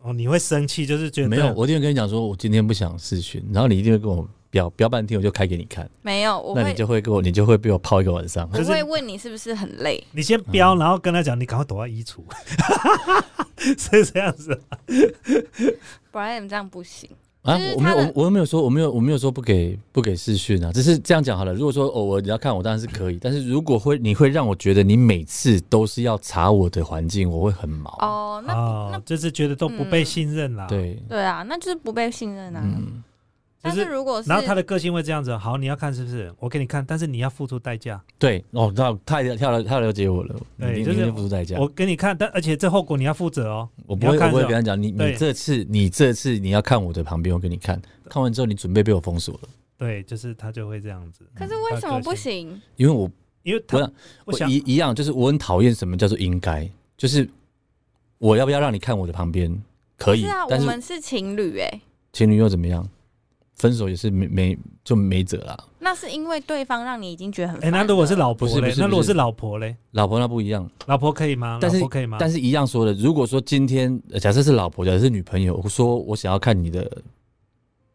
A: 哦，你会生气，就是觉得
B: 没有，我一定会跟你讲说，我今天不想视讯，然后你一定会跟我飙飙半天，我就开给你看，
C: 没有，我
B: 那你
C: 会
B: 就会跟我你就会被我泡一个晚上。
C: 我
A: 可是
C: 会问你是不是很累？
A: 你先
B: 嗯
A: 飙，然后跟他讲，你赶快躲到衣橱， 是这样子。
C: 不然这样不行。
B: 啊，
C: 就是
B: 我我没
C: 他
B: 有，
C: 的
B: 我我又没有说，我没有，我没有说不给不给视讯啊，只是这样讲好了。如果说偶尔你要看我，当然是可以，但是如果会你会让我觉得你每次都是要查我的环境，我会很毛。
C: 哦，那、
A: 哦，就是觉得都不被信任啦。，
B: 嗯对，
C: 对啊，那就是不被信任啊。
B: 嗯，
C: 但
A: 就是
C: 是如果是
A: 然后他的个性会这样子，好，你要看是不是？我给你看，但是你要付出代价。
B: 对哦，那太了太了太了解我了，
A: 对
B: 你
A: 就是
B: 你付出代价。
A: 我给你看，但而且这后果你要负责哦。
B: 我不会，
A: 你要
B: 我
A: 看
B: 不会
A: 是吧
B: 跟他讲，你你
A: 对
B: 这次你这次你要看我的旁边，我给你看，看完之后你准备被我封锁了，
A: 对，就是他就会这样子，
C: 可是为什么不
A: 嗯
C: 行？
B: 因为我
A: 因为
B: 我
A: 他
B: 想
A: 不
B: 我
A: 想
B: 一一样，就是我很讨厌什么叫做应该，就是我要不要让你看我的旁边可以，
C: 是啊，我
B: 但是
C: 们是情侣哎、
B: 情侣又怎么样？分手也是没没就没辙啦。
C: 那是因为对方让你已经觉得很
A: 哎，
C: 烦了。
A: 那如果是老婆
B: 不是不
A: 嘞
B: 是？
A: 那如
B: 不
A: 果
B: 是
A: 是老婆嘞？
B: 老婆那不一样，
A: 老婆可以吗？
B: 但是
A: 老婆可以吗？
B: 但
A: 是
B: 是一样说的，如果说今天、呃假设是老婆，假设是女朋友，我说我想要看你的，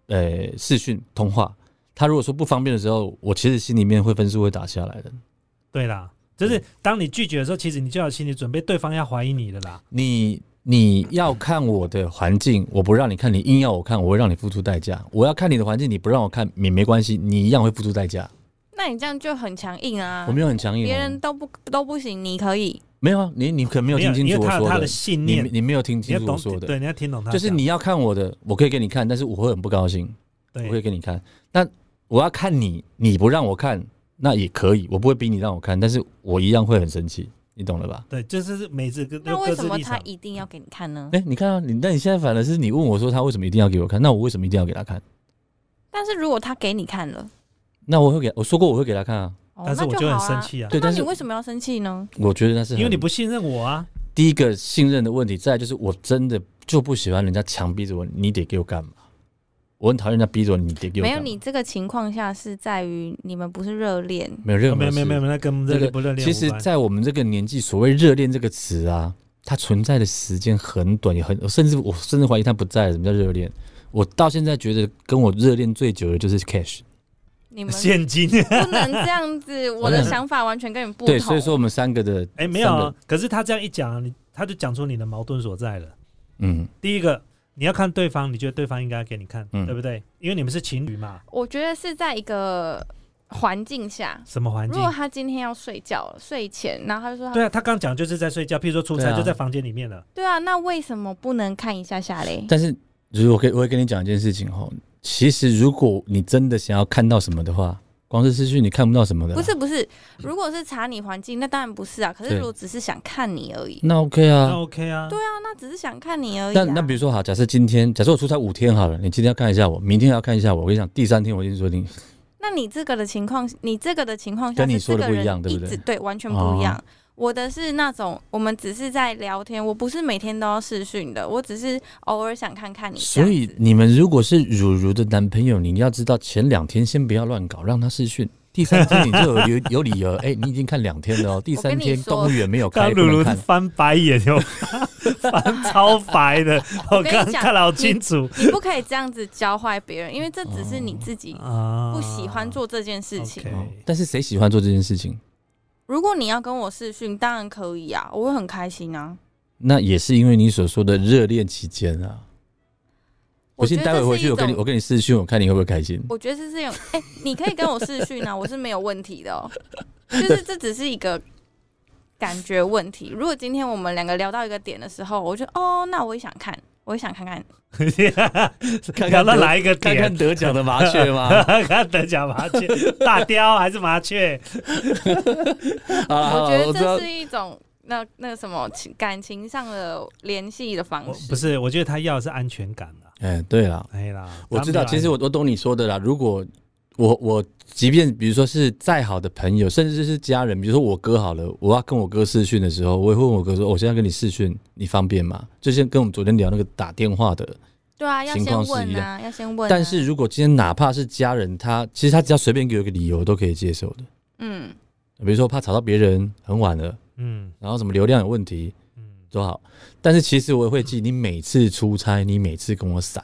B: 呃，视讯通话，她如果说不方便的时候，我其实心里面会分数会打下来的。
A: 对啦，就是当你拒绝的时候，其实你就要有心理准备，对方要怀疑你的啦。
B: 你你要看我的环境，我不让你看，你硬要我看，我会让你付出代价。我要看你的环境，你不让我看也没关系，你一样会付出代价。
C: 那你这样就很强硬啊。
B: 我没有很强硬、
C: 别人
B: 哦，
C: 都不都不行，你可以。
B: 没有啊，你你可能没有
A: 没有
B: 听清
A: 因
B: 楚
A: 为
B: 我
A: 他有
B: 说
A: 他
B: 的，
A: 的信
B: 你
A: 念，
B: 你没有听
A: 你
B: 清
A: 要
B: 楚我
A: 懂
B: 说，的，
A: 对，你要听懂他
B: 就是
A: 讲
B: 你要看我的，我可以给你看，但是我会很不高兴。我会
A: 对
B: 给你看。那我要看你，你不让我看，那也可以，我不会逼你让我看，但是我一样会很生气，你懂了吧？
A: 对，就是每次各
C: 那
A: 各
C: 为
A: 各
C: 什
A: 自
C: 么
A: 立
C: 他
A: 场。
C: 一定要给你看呢？
B: 哎、你看啊，你那你现在反而是你问我说他为什么一定要给我看，那我为什么一定要给他看？
C: 但是如果他给你看了，
B: 那我会给我说过我会给他看啊，
C: 哦
A: 但是
C: 那
A: 我
C: 就
A: 就
C: 好
A: 很
C: 啊
A: 生。气啊，
B: 对，
C: 那
B: 但
C: 你
B: 是
C: 为什么要生气呢？
B: 我觉得那是很
A: 因为你不信任我啊。
B: 第一个信任的问题，再来就是我真的就不喜欢人家强逼着我，你得给我干嘛？我很讨厌人家逼着我，你得给我
C: 没
B: 干
C: 有，
B: 嘛
C: 你这个情况下是在于你们不是热 恋，
B: 没有任何
A: 哦没有没有
B: 事
A: 没有，那跟热
B: 这个
A: 恋不热恋
B: 其实
A: 无，关
B: 在我们这个年纪，所谓热恋这个词啊，它存在的时间很短，也很甚至我甚至怀疑它不在了。什么叫热恋？我到现在觉得跟我热恋最久的就是 Cash。
C: 你们
A: 现 金
C: 不能这样子。我的想法完全跟你不同。
B: 对，所以说我们三个的，
A: 哎没有
B: 三
A: 啊
B: 个，
A: 可是他这样一讲，啊你他就讲出你的矛盾所在了。
B: 嗯，
A: 第一个，你要看对方，你觉得对方应该给你看，
B: 嗯
A: 对不对？因为你们是情侣嘛，
C: 我觉得是在一个环境下，
A: 什么环
C: 如
A: 境
C: 果？他今天要睡觉了，睡前，然后他就说他
A: 对啊，他刚讲就是在睡觉，譬如说出
B: 对
A: 差
B: 啊
A: 就在房间里面了。
C: 对啊，那为什么不能看一下下嘞？
B: 但是如果可以，我会跟你讲一件事情哈。其实，如果你真的想要看到什么的话，光是失去你看不到什么的啊、
C: 不是不是，如果是查你环境，那当然不是啊。可是
B: 对
C: 如果只是想看你而已，
B: 那 OK
A: 那
B: 啊。
A: OK 啊，
C: 对啊，那只是想看你而已、
B: 那
C: 啊。
B: 那比如说好，假设今天，假设我出差五天好了，你今天要看一下我，明天要看一下我。我跟你讲，第三天我一定说你
C: 那你这个的情况，你这个的情况下
B: 跟你
C: 是
B: 说
C: 这
B: 的不
C: 个
B: 一
C: 人
B: 样对不哦对
C: 直对，完全不一样。我的是那种，我们只是在聊天，我不是每天都要视讯的，我只是偶尔想看看你这
B: 所
C: 样子。
B: 以你们如果是如如的男朋友，你要知道前两天先不要乱搞，让他试训。第三天你就有有有理由，哎、你已经看两天了 哦。第三
C: 我跟
B: 天
C: 你说
B: 动物园没有
A: 刚
B: 开，不
A: 露
B: 能
A: 露
B: 看。
A: 翻白眼哟， 翻超白 的，我
C: 我跟你
A: 刚
C: 讲
A: 看得好清楚
C: 你不可以这样子教坏别人，因为这只是你自己
A: 啊
C: 不喜欢做这件事情。
A: OK
B: 哦但是谁喜欢做这件事情？
C: 如果你要跟我视讯，当然可以啊，我会很开心啊。
B: 那也是因为你所说的热恋期间啊。不
C: 我觉
B: 信，待
C: 得
B: 会回
C: 这是
B: 去
C: 一
B: 我跟你
C: 种，
B: 我跟你试训，我看你会不会开 心。
C: 我觉得这是一种，哎、你可以跟我视讯啊，我是没有问题的、哦。就是这只是一个感觉问题。如果今天我们两个聊到一个点的时候，我就哦，那我也想看，我也想看看。
B: 看
A: 聊
B: 嗯看
A: 到
B: 得
A: 哪一个点？
B: 得奖的麻雀吗？
A: 看得奖麻雀，大雕还是麻雀？
B: 啊
C: 我觉得
B: 知道
C: 这是一种那那个什么情感情上的联系的方
A: 我
C: 式。
A: 不是，我觉得他要的是安全感啊。
B: 哎，对了，
A: 哎啦，
B: 我知道，
A: 他没有安
B: 其实我我懂你说的啦。如果我我即便比如说是再好的朋友，甚至是家人，比如说我哥好了，我要跟我哥视讯的时候，我也会问我哥说：“哦我现在跟你视讯，你方便吗？”就像跟我们昨天聊那个打电话的。
C: 对啊，要
B: 情
C: 先
B: 况是一
C: 问啊，
B: 样
C: 要先问、啊。
B: 但是如果今天哪怕是家人，他其实他只要随便给我一个理由，我都可以接受的。
C: 嗯，
B: 比如说怕吵到别人，很晚了，
A: 嗯
B: 然后什么流量有问题
A: 嗯，
B: 都好。但是其实我也会记，你每次出差，你每次跟我闪，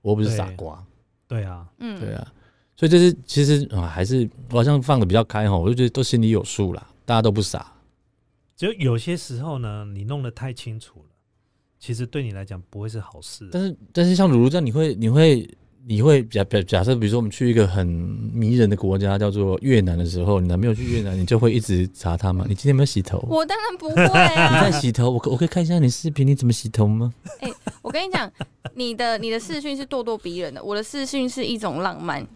B: 我又不是傻
A: 对
B: 瓜。
A: 对啊，
C: 嗯，
B: 对啊，所以这是其实啊，还是我好像放的比较开哈，我就觉得都心里有数啦，大家都不傻。
A: 就有些时候呢，你弄得太清楚了，其实对你来讲不会是好事。啊
B: 但是但是像鲁鲁这样，你会你会你会假假假设，比如说我们去一个很迷人的国家叫做越南的时候，你男朋友去越南，你就会一直查他吗？你今天有没有洗头？
C: 我当然不会
B: 你
C: 啊！
B: 在洗头，我可我可以看一下你视频，你怎么洗头吗？
C: 我跟你讲，你的你的视讯是咄咄逼人的，我的视讯是一种浪漫，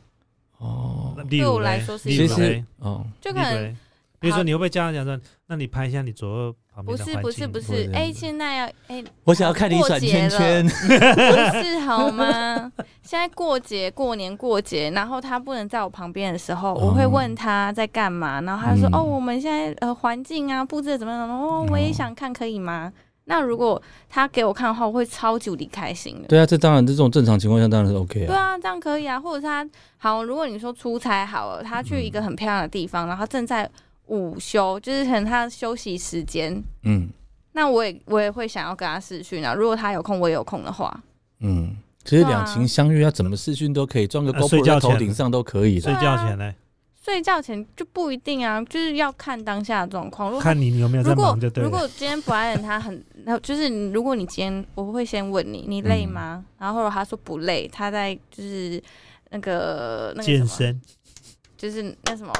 B: 哦，
A: 例
C: 对
A: 如
C: 我来
A: 嘞
C: 说是
A: 例
B: 其
A: 如
B: 实
A: 嘞
B: 哦，
C: 就
A: 例
C: 可
A: 如
C: 能
A: 嘞，比如
C: 好
A: 说你会不会叫他讲说，那你拍一下你左右旁
C: 不
A: 边的
C: 是
A: 环
C: 不是
A: 境
C: 不
B: 不会
C: 是
B: 这，样
C: 哎、
B: 子
C: 现在要哎、
B: 我想要看你
C: 过
B: 转
C: 节
B: 圈
C: 了
B: 圈，
C: 不是好吗？现在过节过年过节，然后他不能在我旁边的时候，我会问他在干嘛，然后他就说、
B: 嗯
C: 哦，我们现在呃环境啊布置的怎么样？哦，我也想看，可以吗？那如果他给我看的话，我会超级无敌开心 的。
B: 对啊，这当然这种正常情况下当然是 OK
C: 对
B: 啊，
C: 啊，这样可以啊。或者是他好，如果你说出差好了，他去一个很漂亮的地方，然后正在午休，就是可能他的休息时间，
B: 嗯
C: 那我也我也会想要跟他视讯啊。如果他有空，我也有空的话，
B: 嗯，其实
C: 对啊
B: 两情相悦要怎么视讯都可以，装个
A: 呃睡
B: GoPro
A: 觉
B: 在头
A: 前
B: 顶上都可以
A: 睡
B: 的，，
A: 觉
C: 啊
A: 前嘞，
C: 睡觉前就不一定啊，就是要看当下的状况。如果他
A: 看你有没有在
C: 如果
A: 忙就对
C: 如
A: 了。
C: 果今天 Brian 他很， 那就是你如果你今天我会先问你，你累
A: 嗯
C: 吗？然后他说不累，他在就是那个那个什
A: 健
C: 么，
A: 身，
C: 就是那什么，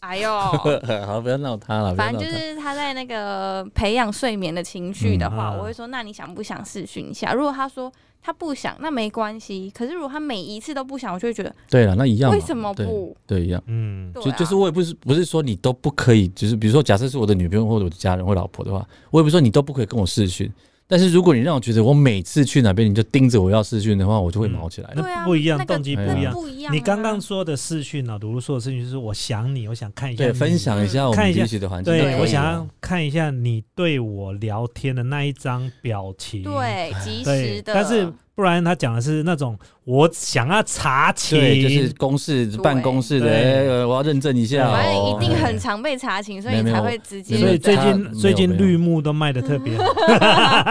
C: 哎 呦
B: 好，不要闹他了，不要
C: 反
B: 闹
C: 正就
B: 他，
C: 是他在那个培养睡眠的情绪的话，
A: 嗯啊
C: 我会说，那你想不想试训一下？如果他说他不想，那没关系。可是如果他每一次都不想，我就会觉得
B: 对了，那一样嘛，
C: 为什么不？
B: 对一样。
A: 嗯，
C: 对
B: 就
C: 啊，
B: 就是我也不是不是说你都不可以，就是比如说，假设是我的女朋友或者我的家人或老婆的话，我也不是说你都不可以跟我视讯。但是如果你让我觉得我每次去哪边你就盯着我要视讯的话，我就会毛起来了。
C: 对啊
A: 那不一样
C: 那个
A: 动机
B: 不
C: 那
B: 一
C: 个
B: 样
C: 不一样啊。
A: 你刚刚说的视讯呢，鲁鲁说的视讯就是我想你，我想看一下
B: 对，
A: 你，
B: 分享一下我
A: 看
B: 们
A: 一下
B: 彼此的环境。
C: 对
A: 对我想要看一下你对我聊天的那一张表情，
C: 对及时
A: 对，
C: 的，
A: 但是不然他讲的是那种我想要查情，
B: 对，就是公事
C: 对
B: 办公室的，
A: 对
B: 哎我要认证一下
C: 反正
B: 哦。
C: 一定很常被查寝，所以
B: 没
C: 你
B: 有
C: 才会直接。
B: 没有
A: 所以最
B: 他没
A: 近
B: 有
A: 最
B: 没
A: 近
B: 有
A: 绿幕都卖的特 别好。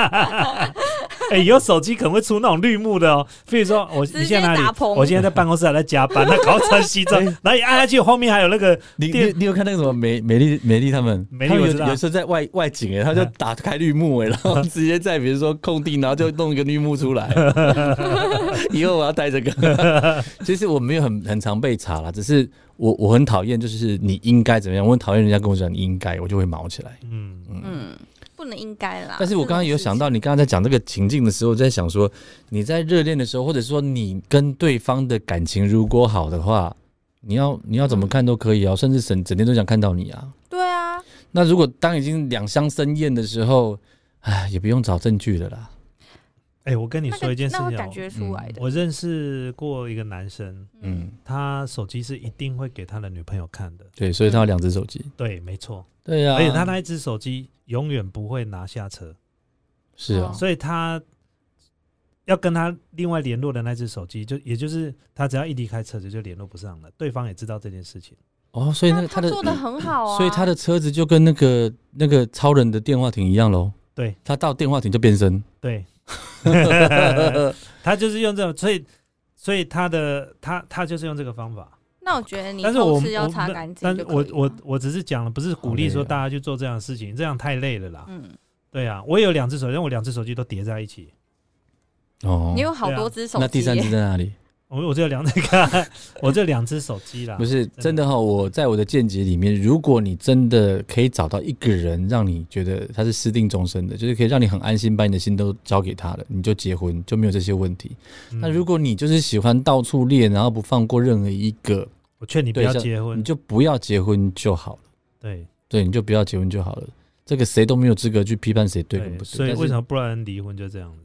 A: 哎、有手机可能会出那种绿幕的哦，比如说我
C: 直接
A: 你现在哪
C: 打
A: 里？
C: 棚
A: 我现在在办公室还在加班，他搞穿西 装，然后一按下去，后面还有那个
B: 你你
A: 电
B: 你有看那个什么美美丽美丽他们，
A: 美丽
B: 他们
A: 我
B: 有
A: 知道
B: 有时候在外外景哎，他就打开绿幕哎，然后直接在比如说空地，然后就弄一个绿幕出 来。以后我要带这个。其实我没有很很常被查啦，只是我我很讨厌就是你应该怎么样，我很讨厌人家跟我讲你应该，我就会毛起来。
A: 嗯，
C: 嗯，不能应该啦。
B: 但是我刚刚有想
C: 啊
B: 到，你刚刚在讲这个情境的时候，我在想说，你在热恋的时候，或者说你跟对方的感情如果好的话，你要你要怎
A: 嗯
B: 么看都可以啊，甚至整整天都想看到你啊。
C: 这种事情，对啊，
B: 那如果当已经两相生厌的时候，哎，也不用找证据了啦。
A: 哎、我跟你
C: 那
A: 说
C: 个
A: 一件事
C: 那
A: 情
C: 会感
A: 哦，
C: 觉出来的。
A: 我认识过一个男生，
B: 嗯，
A: 他手机是一定会给他的女朋友看的，
B: 对，所以他有两只手机。
A: 对，没错，
B: 对
C: 嗯
B: 呀、啊，
A: 而且他那一只手机永远不会拿下车，
B: 是啊，
A: 所以他要跟他另外联络的那只手机，就也就是他只要一离开车子就联络不上了，对方也知道这件事情。
B: 哦，所以那
C: 那
B: 个
C: 他
B: 的，
C: 做的很好啊，
B: 所以他的车子就跟那个那个超人的电话亭一样喽。
A: 对，
B: 他到电话亭就变身。
A: 对，他就是用这种，所以所以他的他他就是用这个方法。
C: 那我觉得你
A: 但是我
C: 偷
A: 我
C: 吃要擦干净
A: 但
C: 就
A: 是
C: 可以
A: 我我
C: 了
A: 我只是讲了，不是鼓励
B: 好累
A: 说
B: 啊
A: 大家去做这样的事情，这样太累了啦。
C: 嗯，
A: 对啊，我有两只手机，但我两只手机都叠在一起，
B: 哦
C: 你，有好
A: 对
C: 多
A: 啊
C: 只手机耶。
B: 那第三只在哪里？
A: 我我只有两那 个，我这两只手机啦
B: 不。是
A: 的
B: 真的哈、我在我的见解里面，如果你真的可以找到一个人，让你觉得他是私定终身的，就是可以让你很安心，把你的心都交给他了，你就结婚就没有这些问题。
A: 嗯
B: 那如果你就是喜欢到处练，然后不放过任何一个，
A: 我劝你不
B: 对
A: 要
B: 像
A: 结婚
B: 你，就不要结婚就好了。
A: 对
B: 对，你就不要结婚就好了。这个谁都没有资格去批判谁对跟不对。
A: 所以
B: 但是
A: 为什么不然离婚就这样子？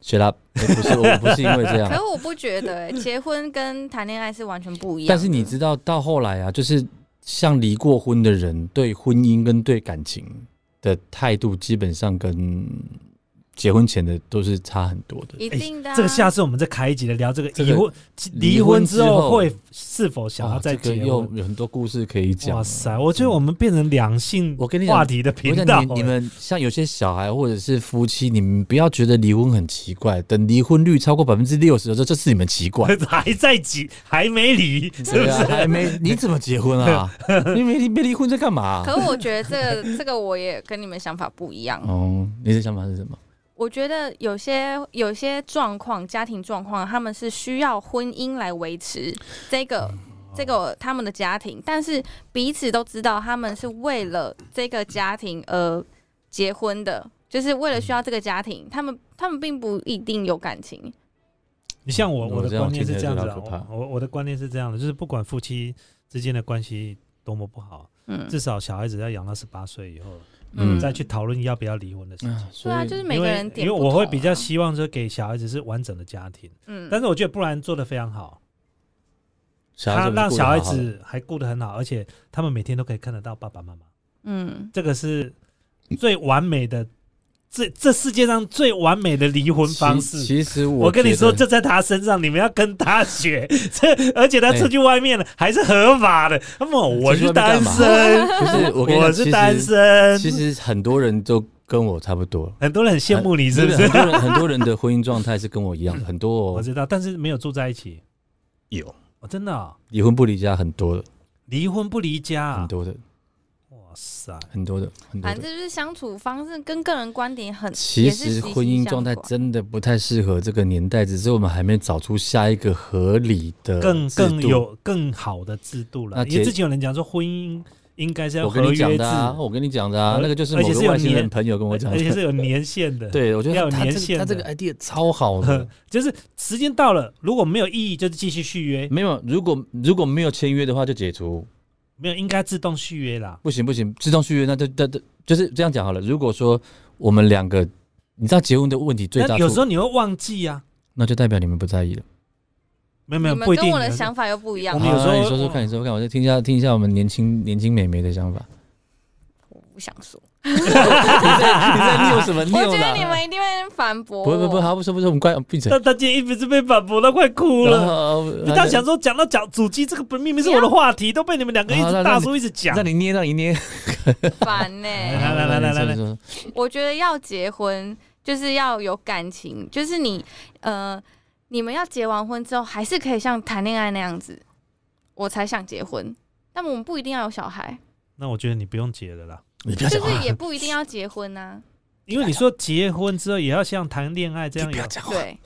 B: 学啦？不是，我不是因为这样
C: 可。是我不觉得欸，结婚跟谈恋爱是完全不一样的。
B: 但是你知道，到后来啊，就是像离过婚的人，对婚姻跟对感情的态度，基本上跟结婚前的都是差很多的。
C: 一定的啊
A: 哎这个下次我们再开一集来聊这个
B: 这
A: 离
B: 个
A: 婚
B: 离
A: 离
B: 婚
A: 婚
B: 之
A: 之
B: 后
A: 后会是否想要
B: 哇
A: 再
B: 这个
A: 结
B: 又
A: 婚？
B: 有很多故事可以讲。
A: 哇塞！我觉得我们变成两性
B: 我跟你讲
A: 话题的
B: 我
A: 频
B: 想
A: 道
B: 你
A: 欸，
B: 你们像有些小孩或者是夫妻，你们不要觉得离婚很奇怪，等离婚率超过百分之六十的时候，这是你们奇怪。
A: 还在急，还没离，是不
B: 对啊，
A: 哎是？
B: 还没你怎么结婚 啊？你没离没离婚在干嘛、啊
C: 可我觉得这个这个我也跟你们想法不一样。
B: 哦，你的想法是什么？
C: 我觉得有些有些状况，家庭状况，他们是需要婚姻来维持这个。
B: 嗯
C: 这个他们的家庭，但是彼此都知道他们是
B: 嗯
C: 为了这个家庭而结婚的，就是为了需要这个家庭，他们他们并不一定有感情。
A: 你像我，
B: 那
A: 我
B: 我这
A: 的
B: 样
A: 观念是这样子啊
B: 听起来就好可，怕
A: 我我我的观念是这样的，就是不管夫妻之间的关系多么不好，
C: 嗯，
A: 至少小孩子要养到十八岁以后，
B: 嗯
A: 再去讨论要不要离婚的事情。
B: 啊，所
C: 对
B: 以
C: 啊，就是每
A: 因
C: 个
A: 为
C: 人点
A: 因为
C: 不
A: 我会
C: 同
A: 比较
C: 啊
A: 希望说给小孩子是完整的家庭，
C: 嗯，
A: 但是我觉得不然做的非常好，
B: 小孩
A: 他
B: 子
A: 让
B: 顾得
A: 小孩
B: 好好的
A: 子还顾得很好，而且他们每天都可以看得到爸爸妈妈，
C: 嗯，
A: 这个是最完美的，这这世界上最完美的离婚方
B: 其
A: 式。
B: 其实我
A: 我跟你
B: 觉
A: 说，
B: 得
A: 这在他身上，你们要跟他学。 这而且他出去外面了，还是合法的。那么我是单
B: 嗯出去
A: 身，
B: 不 是 我跟你
A: 我
B: 讲，
A: 是
B: 其
A: 单
B: 实
A: 身。
B: 其实很多人都跟我差不多，呃
A: 很多人很 羡慕你，是不
B: 很
A: 是？
B: 多人很多人的婚姻状态是跟我一样的，很多
A: 我
B: 哦
A: 知道，但是没有住在一起。
B: 有
A: 哦，真的哦，
B: 离婚不离家，很多的，
A: 离婚不离家
B: 很
A: 啊。
B: 多的，
A: 哇塞，
B: 很多的，很多
C: 反正
B: 的。
C: 就是相处方式跟个人观点很，
B: 其
C: 也是
B: 实
C: 息息
B: 婚姻
C: 相
B: 状态
C: 关
B: 真的不太适合这个年代，只是我们还没找出下一个合理的
A: 更
B: 制
A: 更
B: 度。
A: 有更好的制度了。
B: 那
A: 因为
B: 结
A: 之前有人讲说，婚姻应该是要
B: 我
A: 合
B: 跟你
A: 约
B: 讲
A: 制，
B: 的啊，我跟你讲的啊
A: 而，
B: 那个就是
A: 而且
B: 某
A: 是
B: 个
A: 有
B: 外星
A: 年
B: 人朋友跟我讲
A: 而且
B: 的。
A: 是有年限的。
B: 对，我觉
A: 要
B: 得
A: 有
B: 他
A: 年
B: 这个
A: 限
B: 他这个
A: 的，
B: idea 超好的
A: 就是时间到了，如果没有意义，就是继续续约。
B: 没有，如果如果没有签约的话就解除，
A: 没有，应该自动续约啦。
B: 不行不行，自动续约那就那就就是这样讲好了。如果说我们两个，你知道结婚的问题最大
A: 但
B: 处，
A: 有时候你会忘记啊，
B: 那就代表你们不在意了。
A: 没有没有，
C: 你们
A: 不一定。啊
C: 跟我的
A: 有时候
C: 想法又不一样
A: 我。们有时候
B: 啊你说说看，你说说看，我就听一下听一下我们年轻年轻美眉的想法。
C: 我不想说，
B: 你在拗什么
C: 我
B: 拗
C: 觉得你
B: 啦？
C: 们一定会反驳我。
B: 不不不，好不说不说，我们快闭嘴。
A: 但他今天一直是被反驳到快哭
B: 然
A: 了。
B: 后
A: 你当想说讲到讲主机这个本明明是我的话题，都被你们两个一
B: 好
A: 直
B: 那
A: 大
B: 让你
A: 叔一直讲。
B: 让你捏让你捏，
C: 烦 呢、
A: 来来来来来来
B: 你说，你说
C: 我觉得要结婚就是要有感情，就是你呃，你们要结完婚之后，还是可以像谈恋爱那样子，我才想结婚。但我们不一定要有小孩，
A: 那我觉得你不用结了啦，
B: 你不要
C: 就
B: 讲话
C: 是，也不一定要结婚啊 呐、
A: 因为你说结婚之后也要像谈恋爱这
B: 你
A: 样
B: 不
A: 有
B: 要，讲话。
C: 对，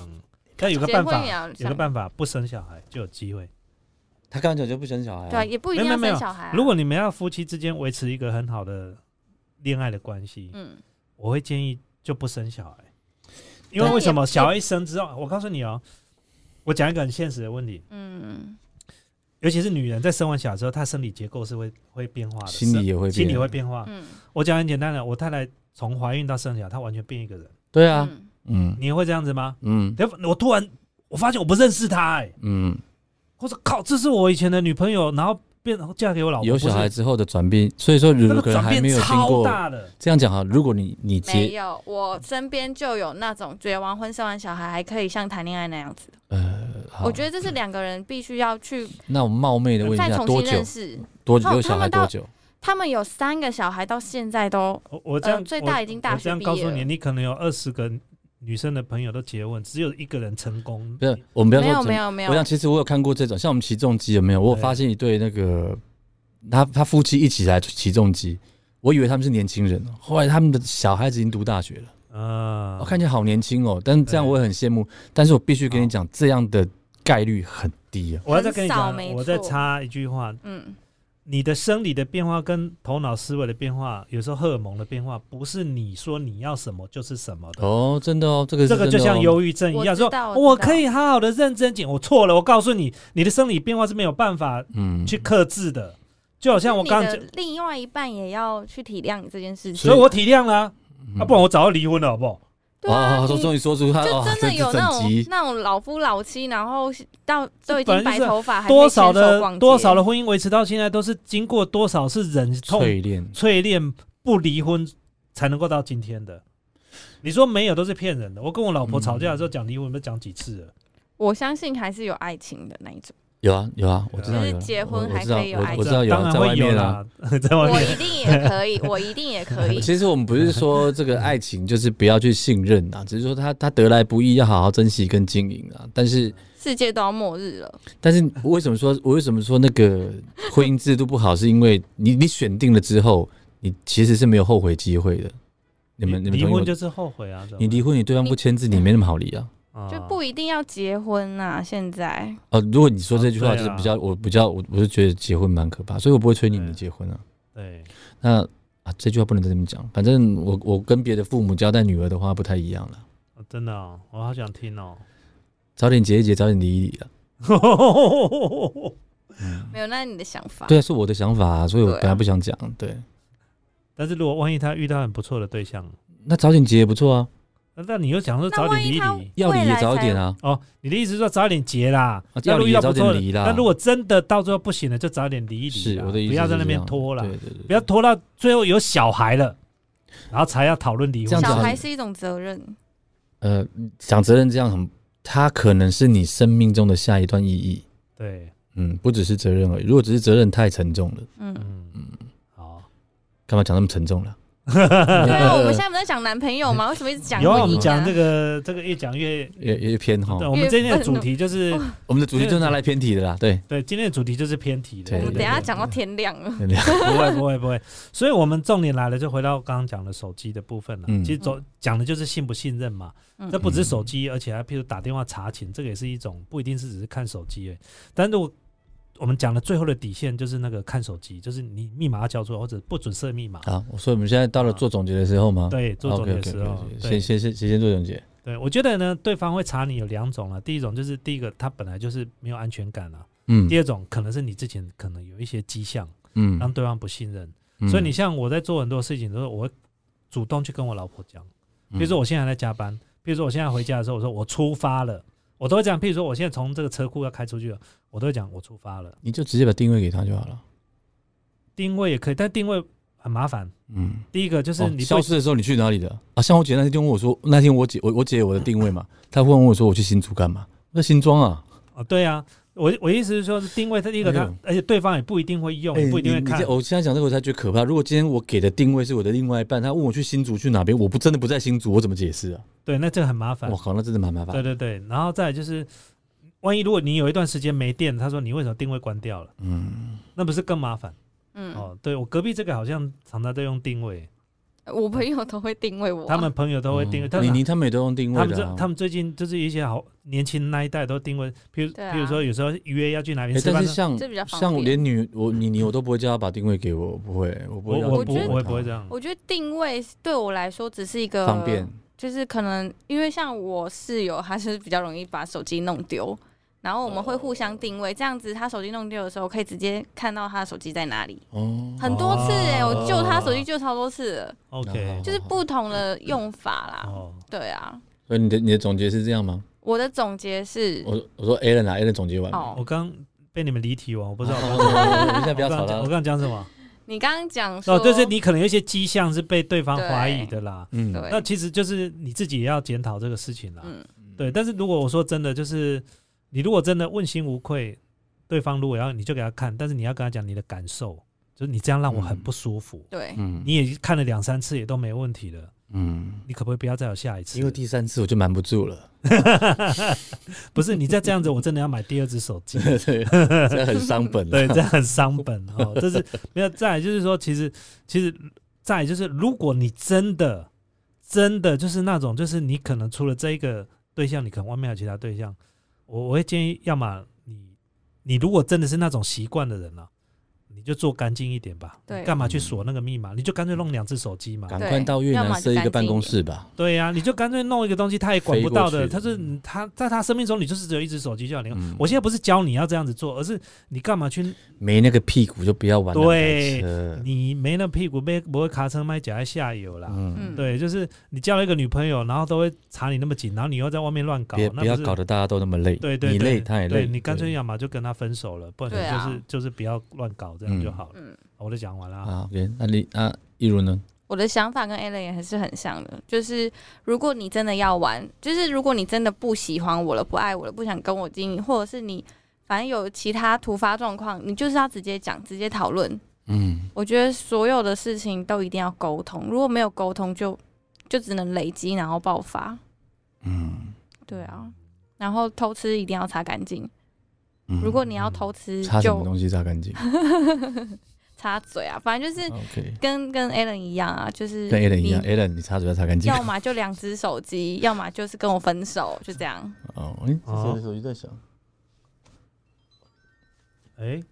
A: 嗯，但有个
C: 结
A: 办
C: 婚也
A: 法，
C: 要
A: 有个
C: 像
A: 办法不生小孩就有机会。
B: 他刚刚讲就不生小孩啊，
C: 对啊，也不一定
A: 没有
C: 要
A: 没有
C: 生小孩啊、
A: 如果你们要夫妻之间维持一个很好的恋爱的关系，
C: 嗯，
A: 我会建议就不生小孩，因为为什么小孩一生之后，我告诉你哦，我讲一个很现实的问题，
C: 嗯，
A: 尤其是女人在生完小孩之后，她生理结构是会会变
C: 啊
A: 化的，
B: 心理也会变
A: 心理会变化。
C: 嗯，
A: 我讲很简单的，我太太从怀孕到生小孩，她完全变一个人，
B: 对啊，
C: 嗯，
B: 嗯
A: 你会这样子吗？
B: 嗯
A: 等我突然我发现我不认识她、哎，
B: 嗯，
A: 或者靠，这是我以前的女朋友，然后变嫁给我老婆，
B: 有小孩
A: 不是
B: 之后的转变，所以说如
A: 那
B: 果
A: 个
B: 人
A: 转
B: 还没
A: 变
B: 有经
A: 超
B: 过，
A: 大的。
B: 这样讲哈，如果你你
C: 没
B: 结
C: 有，我身边就有那种结完婚生完小孩还可以像谈恋爱那样子的。
B: 呃，好
A: 哦
C: 我觉得这是两个人必须要去
B: 那我冒昧的问一
C: 再
B: 下，
C: 重
B: 多
C: 新
B: 久
C: 认识。
B: 多
C: 哦
B: 久有小
C: 他
B: 孩
C: 们
B: 多
C: 到
B: 久？
C: 他们有三个小孩，到现在都
A: 我我这样、
C: 呃最大已经大
A: 我这
C: 学
A: 样
C: 毕
A: 告
C: 业
A: 诉
C: 了
A: 你，你可能有二十个女生的朋友都结婚，只有一个人成功。
B: 不是，我们不要
C: 没
B: 说
C: 有
B: 整
C: 没有没有
B: 我想，其实我有看过这种，像我们起重机有没有？我有
A: 对
B: 发现一对那个他他夫妻一起来起重机，我以为他们是年轻人，哦后来他们的小孩子已经读大学了，
A: 啊，
B: 我、看起来好年轻哦。但是这样
A: 对
B: 我也很羡慕，但是我必须跟你讲，这样的概率很低啊。
A: 我要再跟你
C: 很少
A: 讲
C: 没，错
A: 我再插一句话，
C: 嗯，
A: 你的生理的变化跟头脑思维的变化，有时候荷尔蒙的变化，不是你说你要什么就是什么的。
B: 哦，真的哦，这个是
A: 啊这个
B: 真的
A: 就像
B: 哦
A: 忧郁症一
C: 我
A: 样，
C: 知
A: 说
C: 道我知
A: 我
C: 道
A: 可以好好的认真减，我错了。我告诉你，你的生理变化是没有办法
B: 嗯
A: 去克制的，就好 像我刚
C: 你
A: 刚
C: 的
A: 讲，
C: 另外一半也要去体谅你这件事情，
A: 所以我体谅啦，啊，不然
B: 我
A: 我早就离婚了，好不好？
C: 对啊，
B: 哦，
C: 你
B: 嗯终于说出他
C: 就
B: 哦，
C: 真
B: 这
C: 的
B: 这
C: 有那
B: 整
C: 种
B: 集
C: 那种老夫老妻，然后到都已
A: 本来就
C: 经
A: 是
C: 白头发，还可以
A: 多少
C: 牵手
A: 的
C: 逛街
A: 多少的婚姻维持到现在，都是经过多少是忍痛
B: 淬炼，
A: 淬炼不离婚才能够到今天的。你说没有都是骗人的。我跟我老婆吵架的时候讲离婚，不是讲几次了？
C: 我相信还是有爱情的那一种，
B: 有啊有啊，我知道
C: 就是
B: 有啊，
C: 结
B: 我
C: 婚
B: 我
C: 还
B: 知道
C: 可以有
B: 我
C: 爱
B: 我知道有
A: 当
B: 啊
A: 然
B: 在外
A: 会有
B: 面啊。
A: 啦， 在外
C: 我
A: 面
C: 一定也可以，我一定也 可以，
B: 其实我们不是说这个爱情就是不要去信任啊， 只是说它它得来不易，要好好珍惜跟经营啊。但是
C: 世界都要末日了，
B: 但是我为什么说，我为什么说那个婚姻制度不好，是因为你你选定了之后，你其实是没有后悔机会的。你们你们
A: 离
B: 同意我
A: 婚就是后悔啊！
B: 你离婚，你对方不签字，你没那么好离啊。
C: 就不一定要结婚呐、现在
B: 呃，如果你说这句
A: 啊
B: 话，就
A: 对啊
B: 是比较我比较我我是觉得结婚蛮可怕，所以我不会催你
A: 对
B: 们结婚啊。
A: 对
B: 那啊，这句话不能在这边讲。反正我我跟别的父母交代女儿的话不太一样了，
A: 哦真的、哦，我好想听 哦。
B: 早点结一结，早点离一离啊。
C: 没有，那是你的想法。
B: 对啊，是我的想法、啊，所以我
C: 对啊
B: 本来不想讲。对，
A: 但是如果万一他遇到很不错的对象，
B: 那早点结也不错啊，
A: 那但你又讲说
C: 那
A: 早点
C: 万一
A: 离一
C: 他
A: 离，
B: 要离
C: 未来
B: 也
C: 才
B: 早一点啊。
A: 哦，你的意思是说早点结啦
B: 啊，
A: 那
B: 要
A: 如果
B: 离
A: 遇到
B: 也
A: 不
B: 早点
A: 错的
B: 离啦
A: 那如果真的到最后不行了，就早点离一离
B: 是
A: 啦。
B: 我的意思，
A: 不要在那边拖
B: 了。
A: 了
B: 对，对对，
A: 不要拖到最后有小孩了，然后才要讨论离
B: 这
A: 婚
B: 样。子
C: 小
B: 很
C: 孩是一种责任，
B: 呃，讲责任这样很，它可能是你生命中的下一段意义。
A: 对，
B: 嗯，不只是责任而已。如果只是责任太沉重了，
C: 嗯。
A: 嗯，好，
B: 干嘛讲那么沉重了？
C: 对 啊，我们现在不是在讲男朋友吗？为什么一直哦讲
A: 有
C: 婚
A: 啊，
C: 姻
A: 我们讲这
C: 啊
A: 个这个越讲越，
B: 也也偏哈
A: 对，。我们今天的主题就是
B: 我们的主题就拿来偏题的啦。对，
A: 对，今天的主题就是偏题的。
B: 对
C: 我们
B: 对
C: 等一下
B: 对
C: 讲到天亮 了。
A: 不会不会不会，所以我们重点来了，就回到刚刚讲的手机的部分了。
B: 嗯
A: 其实走讲的就是信不信任嘛，
C: 嗯
A: 这不只是手机，而且还譬如打电话查寝，这个也是一种，不一定是只是看手机而已。但如果我们讲的最后的底线就是那个看手机，就是你密码要交出来，或者不准设密码。
B: 好，所以我们现在到了做总结的时候吗？
A: 对，做总结的
B: OK，OK，OK，
A: 时候，对
B: 先先先先先做总结。
A: 对，我觉得呢，对方会查你有两种了。第一种就是第一个，他本来就是没有安全感啊；
B: 嗯
A: 第二种可能是你之前可能有一些迹象，让
B: 嗯，
A: 对方不信任。
B: 嗯
A: 啊所以你像我在做很多事情的时候，我会主动去跟我老婆讲，比
B: 嗯
A: 如说我现在还在加班，比如说我现在回家的时候，我说我出发了，我都会讲。譬如说我现在从这个车库要开出去了，我都会讲我出发了。
B: 你就直接把定位给他就好了。
A: 定位也可以，但定位很麻烦。
B: 嗯，
A: 第一个就是
B: 哦
A: 你不、
B: 消失的时候你去哪里的啊？像我姐那天就问我说，那天我姐我我姐有我的定位嘛，她问我说我去新竹干嘛？那新庄啊，
A: 哦，对啊，我我意思是说定位，它第一个
B: 哎呦
A: 它，而且对方也不一定会用，
B: 哎
A: 也不一定会
B: 你你
A: 看
B: 这。我现在讲这个我才觉得可怕。如果今天我给的定位是我的另外一半，他问我去新竹去哪边，我不真的不在新竹，我怎么解释啊？
A: 对，那这个很麻烦
B: 我。靠，那真的蛮麻
A: 对
B: 烦。
A: 对对，然后再来就是，万一如果你有一段时间没电，他说你为什么定位关掉了，
B: 嗯，
A: 那不是更麻烦？
C: 嗯，
A: 哦，对我隔壁这个好像常常在用定位。
C: 我朋友都会定位我啊。
A: 他们朋友都会定位，他
B: 李
A: 们
B: 宁嗯他们也都用定
A: 他
B: 位
A: 们
B: 的
A: 这
B: 啊。
A: 他们最近就是一些好年轻那一代都定位，譬如
C: 对啊
A: 譬如说有时候约要去哪边
B: 哎
A: 吃
B: 但
A: 饭
B: 是，像
C: 这比较方
B: 像我
C: 便
B: 连女我你你我都不会叫她把定位给我，我不会，我不
A: 我
B: 会要
A: 我
B: 定
A: 不
B: 位她。
C: 觉得
A: 我也不会这样，
C: 我觉得定位对我来说只是一个
B: 方便，
C: 就是可能因为像我室友，他是比较容易把手机弄丢，然后我们会互相定位，这样子他手机弄丢的时候可以直接看到他的手机在哪里。
B: 哦，
C: 很多次哎、
A: 哦
C: 我救他手机救超多次了，
A: OK
B: 哦
C: 就是不同的用法啦。
A: 哦，
C: 对啊，
B: 所以你的你的总结是这样吗？
C: 我的总结
A: 哦
C: 是
B: 我我说 Alan 啊，Alan 总结完了。
A: 我
C: 哦，
A: 刚被你们离题完，我不知道
B: 哦
A: 我
B: 我
A: 刚。
B: 我我现在不要
A: 我刚
B: 吵了
A: 讲我。刚讲什么？
C: 你刚刚讲说
A: 哦，就是你可能有一些迹象是被对方怀疑的啦。
B: 嗯，
C: 对
A: 那其实就是你自己也要检讨这个事情啦。
C: 嗯
A: 对，但是如果我说真的，就是你如果真的问心无愧，对方如果要你就给他看，但是你要跟他讲你的感受，就是你这样让我很
B: 嗯
A: 不舒服。
C: 对，
B: 嗯
A: 你也看了两三次也都没问题了，
B: 嗯，
A: 你可不可以不要再有下一次？
B: 因为第三次我就瞒不 住了，
A: 不是你再这样子，我真的要买第二只手 机。
B: 对，这很伤本了。
A: 对，这样很伤本哦。这是没有再来就是说，其实其实再来就是，如果你真的真的就是那种，就是你可能除了这一个对象，你可能外面还有其他对象，我我会建议，要么你你如果真的是那种习惯的人了、你就做干净一点吧。
C: 对
A: 你干
B: 嗯
A: 嘛去锁那个密码？你就干脆弄两只手机嘛。
B: 赶
C: 对
B: 快到越
C: 要么
B: 南
C: 就
B: 设一
C: 干
B: 个
C: 净
B: 办
C: 一
B: 公
C: 点
B: 室吧。
A: 对啊呀、你就干脆弄一个东西，他也管
B: 飞
A: 不
B: 过
A: 到的。
B: 去
A: 他是他在他生命中，你就是只有一只手机就好。你看、
B: 嗯
A: 我现在不是教你要这样子做，而是你干嘛去？
B: 没那个屁股就不要玩那
A: 对
B: 台车。
A: 你没那屁股被不会卡车麦夹在下游啦。
B: 嗯，
C: 嗯，
A: 对，就是你交了一个女朋友，然后都会查你那么紧，然后你又在外面乱搞，
B: 别
A: 那
B: 不要
A: 是
B: 搞得大家都那么累，
A: 对对对，
B: 你累他也累，
A: 对你干脆
B: 对
A: 要么就跟他分手了，不然你
C: 对
A: 就
C: 啊
A: 是、就是不要乱搞，这样就
B: 嗯
A: 好了。
C: 嗯。
A: 我都讲完了啊，
B: 啊。OK，那你啊，一如呢？
C: 我的想法跟 Alan 也还是很像的，就是如果你真的要玩，就是如果你真的不喜欢我了、不爱我了、不想跟我经营，或者是你反正有其他突发状况，你就是要直接讲、直接讨论。
B: 嗯，
C: 我觉得所有的事情都一定要沟通，如果没有沟通就，就只能累积然后爆发。
B: 嗯，
C: 对啊，然后偷吃一定要擦干净，
B: 嗯
C: 如果你要偷吃
B: 擦什么
C: 就
B: 东西擦干净哦
C: 擦嘴啊，反正就是
B: ？OK，
C: 跟跟 Alan 一样啊，就是
B: 跟 Alan 一样
C: 你
B: ，Alan 你擦嘴要擦干净。
C: 要么就两只手 机，要么就是跟我分手，就这样。
B: 哦哦，哎，这
A: 哦
B: 手机在响，
A: 哎、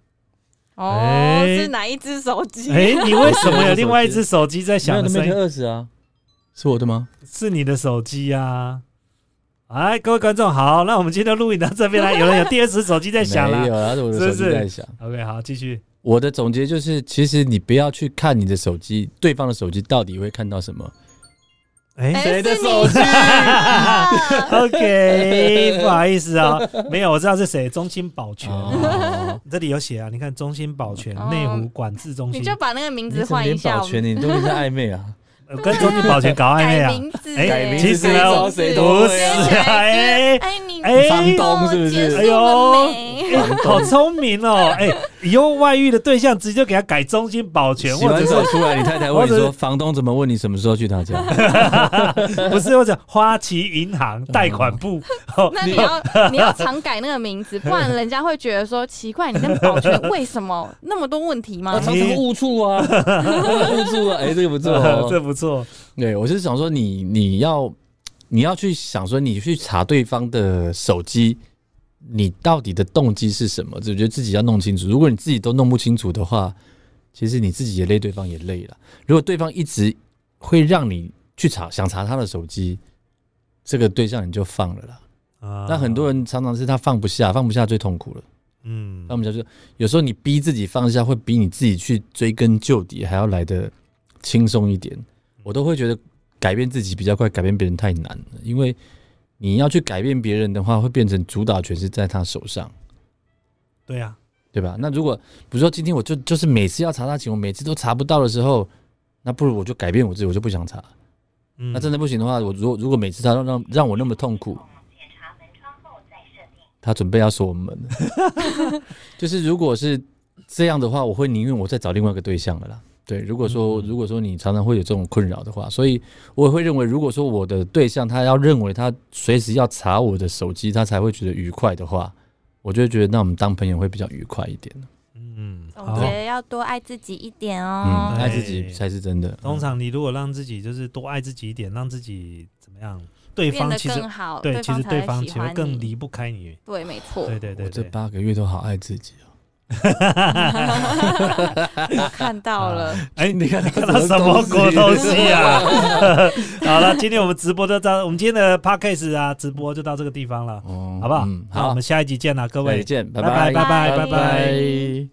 C: 哦，
A: 哎
C: 是哪一只手机？
A: 哎，你为什么有另外一只手机在响的
B: 没有
A: 声音？
B: 二十啊，是我的吗？
A: 是你的手机呀、哎，各位观众好，那我们今天的录影到这边来，有人有第二只手机在响
B: 没
A: 了。
B: 有啊，是我的
A: 是
B: 手
A: 不
B: 机
A: 是
B: 在响。
A: OK，好，继续。
B: 我的总结就是，其实你不要去看你的手机，对方的手机到底会看到什么。
A: 哎、
C: 哎
B: 谁的
C: 是你
B: 手机
C: 啊
A: o k 不好意思啊、没有，我知道是谁，中心保全。
B: 哦
A: 这里有写啊，你看中心保全
C: 哦
A: 内湖管制中
C: 你
A: 心
C: 就，把那个名
B: 你
C: 字
B: 怎么
C: 换一
B: 连
C: 下，
B: 保
C: 我
B: 全
C: 们
B: 你都在暧昧 啊？
A: 呃跟中心保全搞暧昧
C: 改
A: 啊？
C: 名字
A: 哎
C: 耶，
A: 改名字其实呢
C: 改名字
B: 谁都
A: 不
B: 对
A: 是
B: 啊
A: 啊，哎、
C: 哎，你
A: 哎
B: 房东是不是
A: 哎
C: 哎
A: 呦
C: 呦，
A: 哎好聪明哦！哎、以后外遇的对象直接给他改中心保全，
B: 洗
A: 或
B: 完
A: 者是
B: 手出来，你太太
A: 或
B: 问
A: 者
B: 你
A: 是
B: 说，房东怎么问你什么时候去 他家？哦
A: 不是或者花旗银行贷款部，哦，
C: 那你要 你要常改那个名字，不然人家会觉得说奇怪，你跟保全为什么那么多问题吗 哦
B: 啊，？常常误触啊，误触啊，哎，这个不错哦
A: 这不错。
B: 对，我是想说你你要你要去想说你去查对方的手机，你到底的动机是什么？我觉得自己要弄清楚。如果你自己都弄不清楚的话，其实你自己也累，对方也累了。如果对方一直会让你去查想查他的手机，这个对象你就放了啦。
A: 啊
B: 那很多人常常是他放不下，放不下最痛苦了。
A: 嗯
B: 放不下就有时候你逼自己放下，会比你自己去追根究底还要来的轻松一点。我都会觉得改变自己比较快，改变别人太难了，因为你要去改变别人的话，会变成主导权是在他手上，
A: 对啊呀、
B: 对吧？那如果比如说今天我就就是每次要查他钱，我每次都查不到的时候，那不如我就改变我自己，我就不想查。
A: 嗯，
B: 那真的不行的话，我如果如果每次他都让让我那么痛苦，他准备要锁我们门了， 就是如果是这样的话，我会宁愿我再找另外一个对象了啦。对，如果说
A: 嗯
B: 如果说你常常会有这种困扰的话，所以我也会认为，如果说我的对象他要认为他随时要查我的手机，他才会觉得愉快的话，我就会觉得那我们当朋友会比较愉快一点。
A: 嗯，
C: 总
A: 好
C: 结要多爱自己一点
B: 嗯，
C: 哦。
B: 爱
A: 对
B: 自己才是真的。
A: 通常你如果让自己就是多爱自己一点，让自己怎么样，对
C: 变
A: 方
C: 得
A: 其实
C: 更好，
A: 对，其
C: 哦方
A: 实对
C: 才
A: 方
C: 会喜
A: 其实
C: 欢
A: 更
C: 你。
A: 离不开你。
C: 对，没错，
A: 对对
B: 哦我
A: 对
B: 这
A: 对，
B: 八个月都好爱自己哦。
C: 我看到了。
B: 哎，你看
A: 看到什么鬼东西啊？ 好了，今天我们直播就到，我们今天的 podcast 啊，直播就到这个地方了，
B: 哦
A: 好不好？
B: 嗯
A: 那我
B: 好
A: 们，下一集见啦，各
B: 下
A: 位
B: 一。见，拜
A: 拜拜
B: 拜
A: 拜拜拜
B: 拜
A: 拜。
B: 拜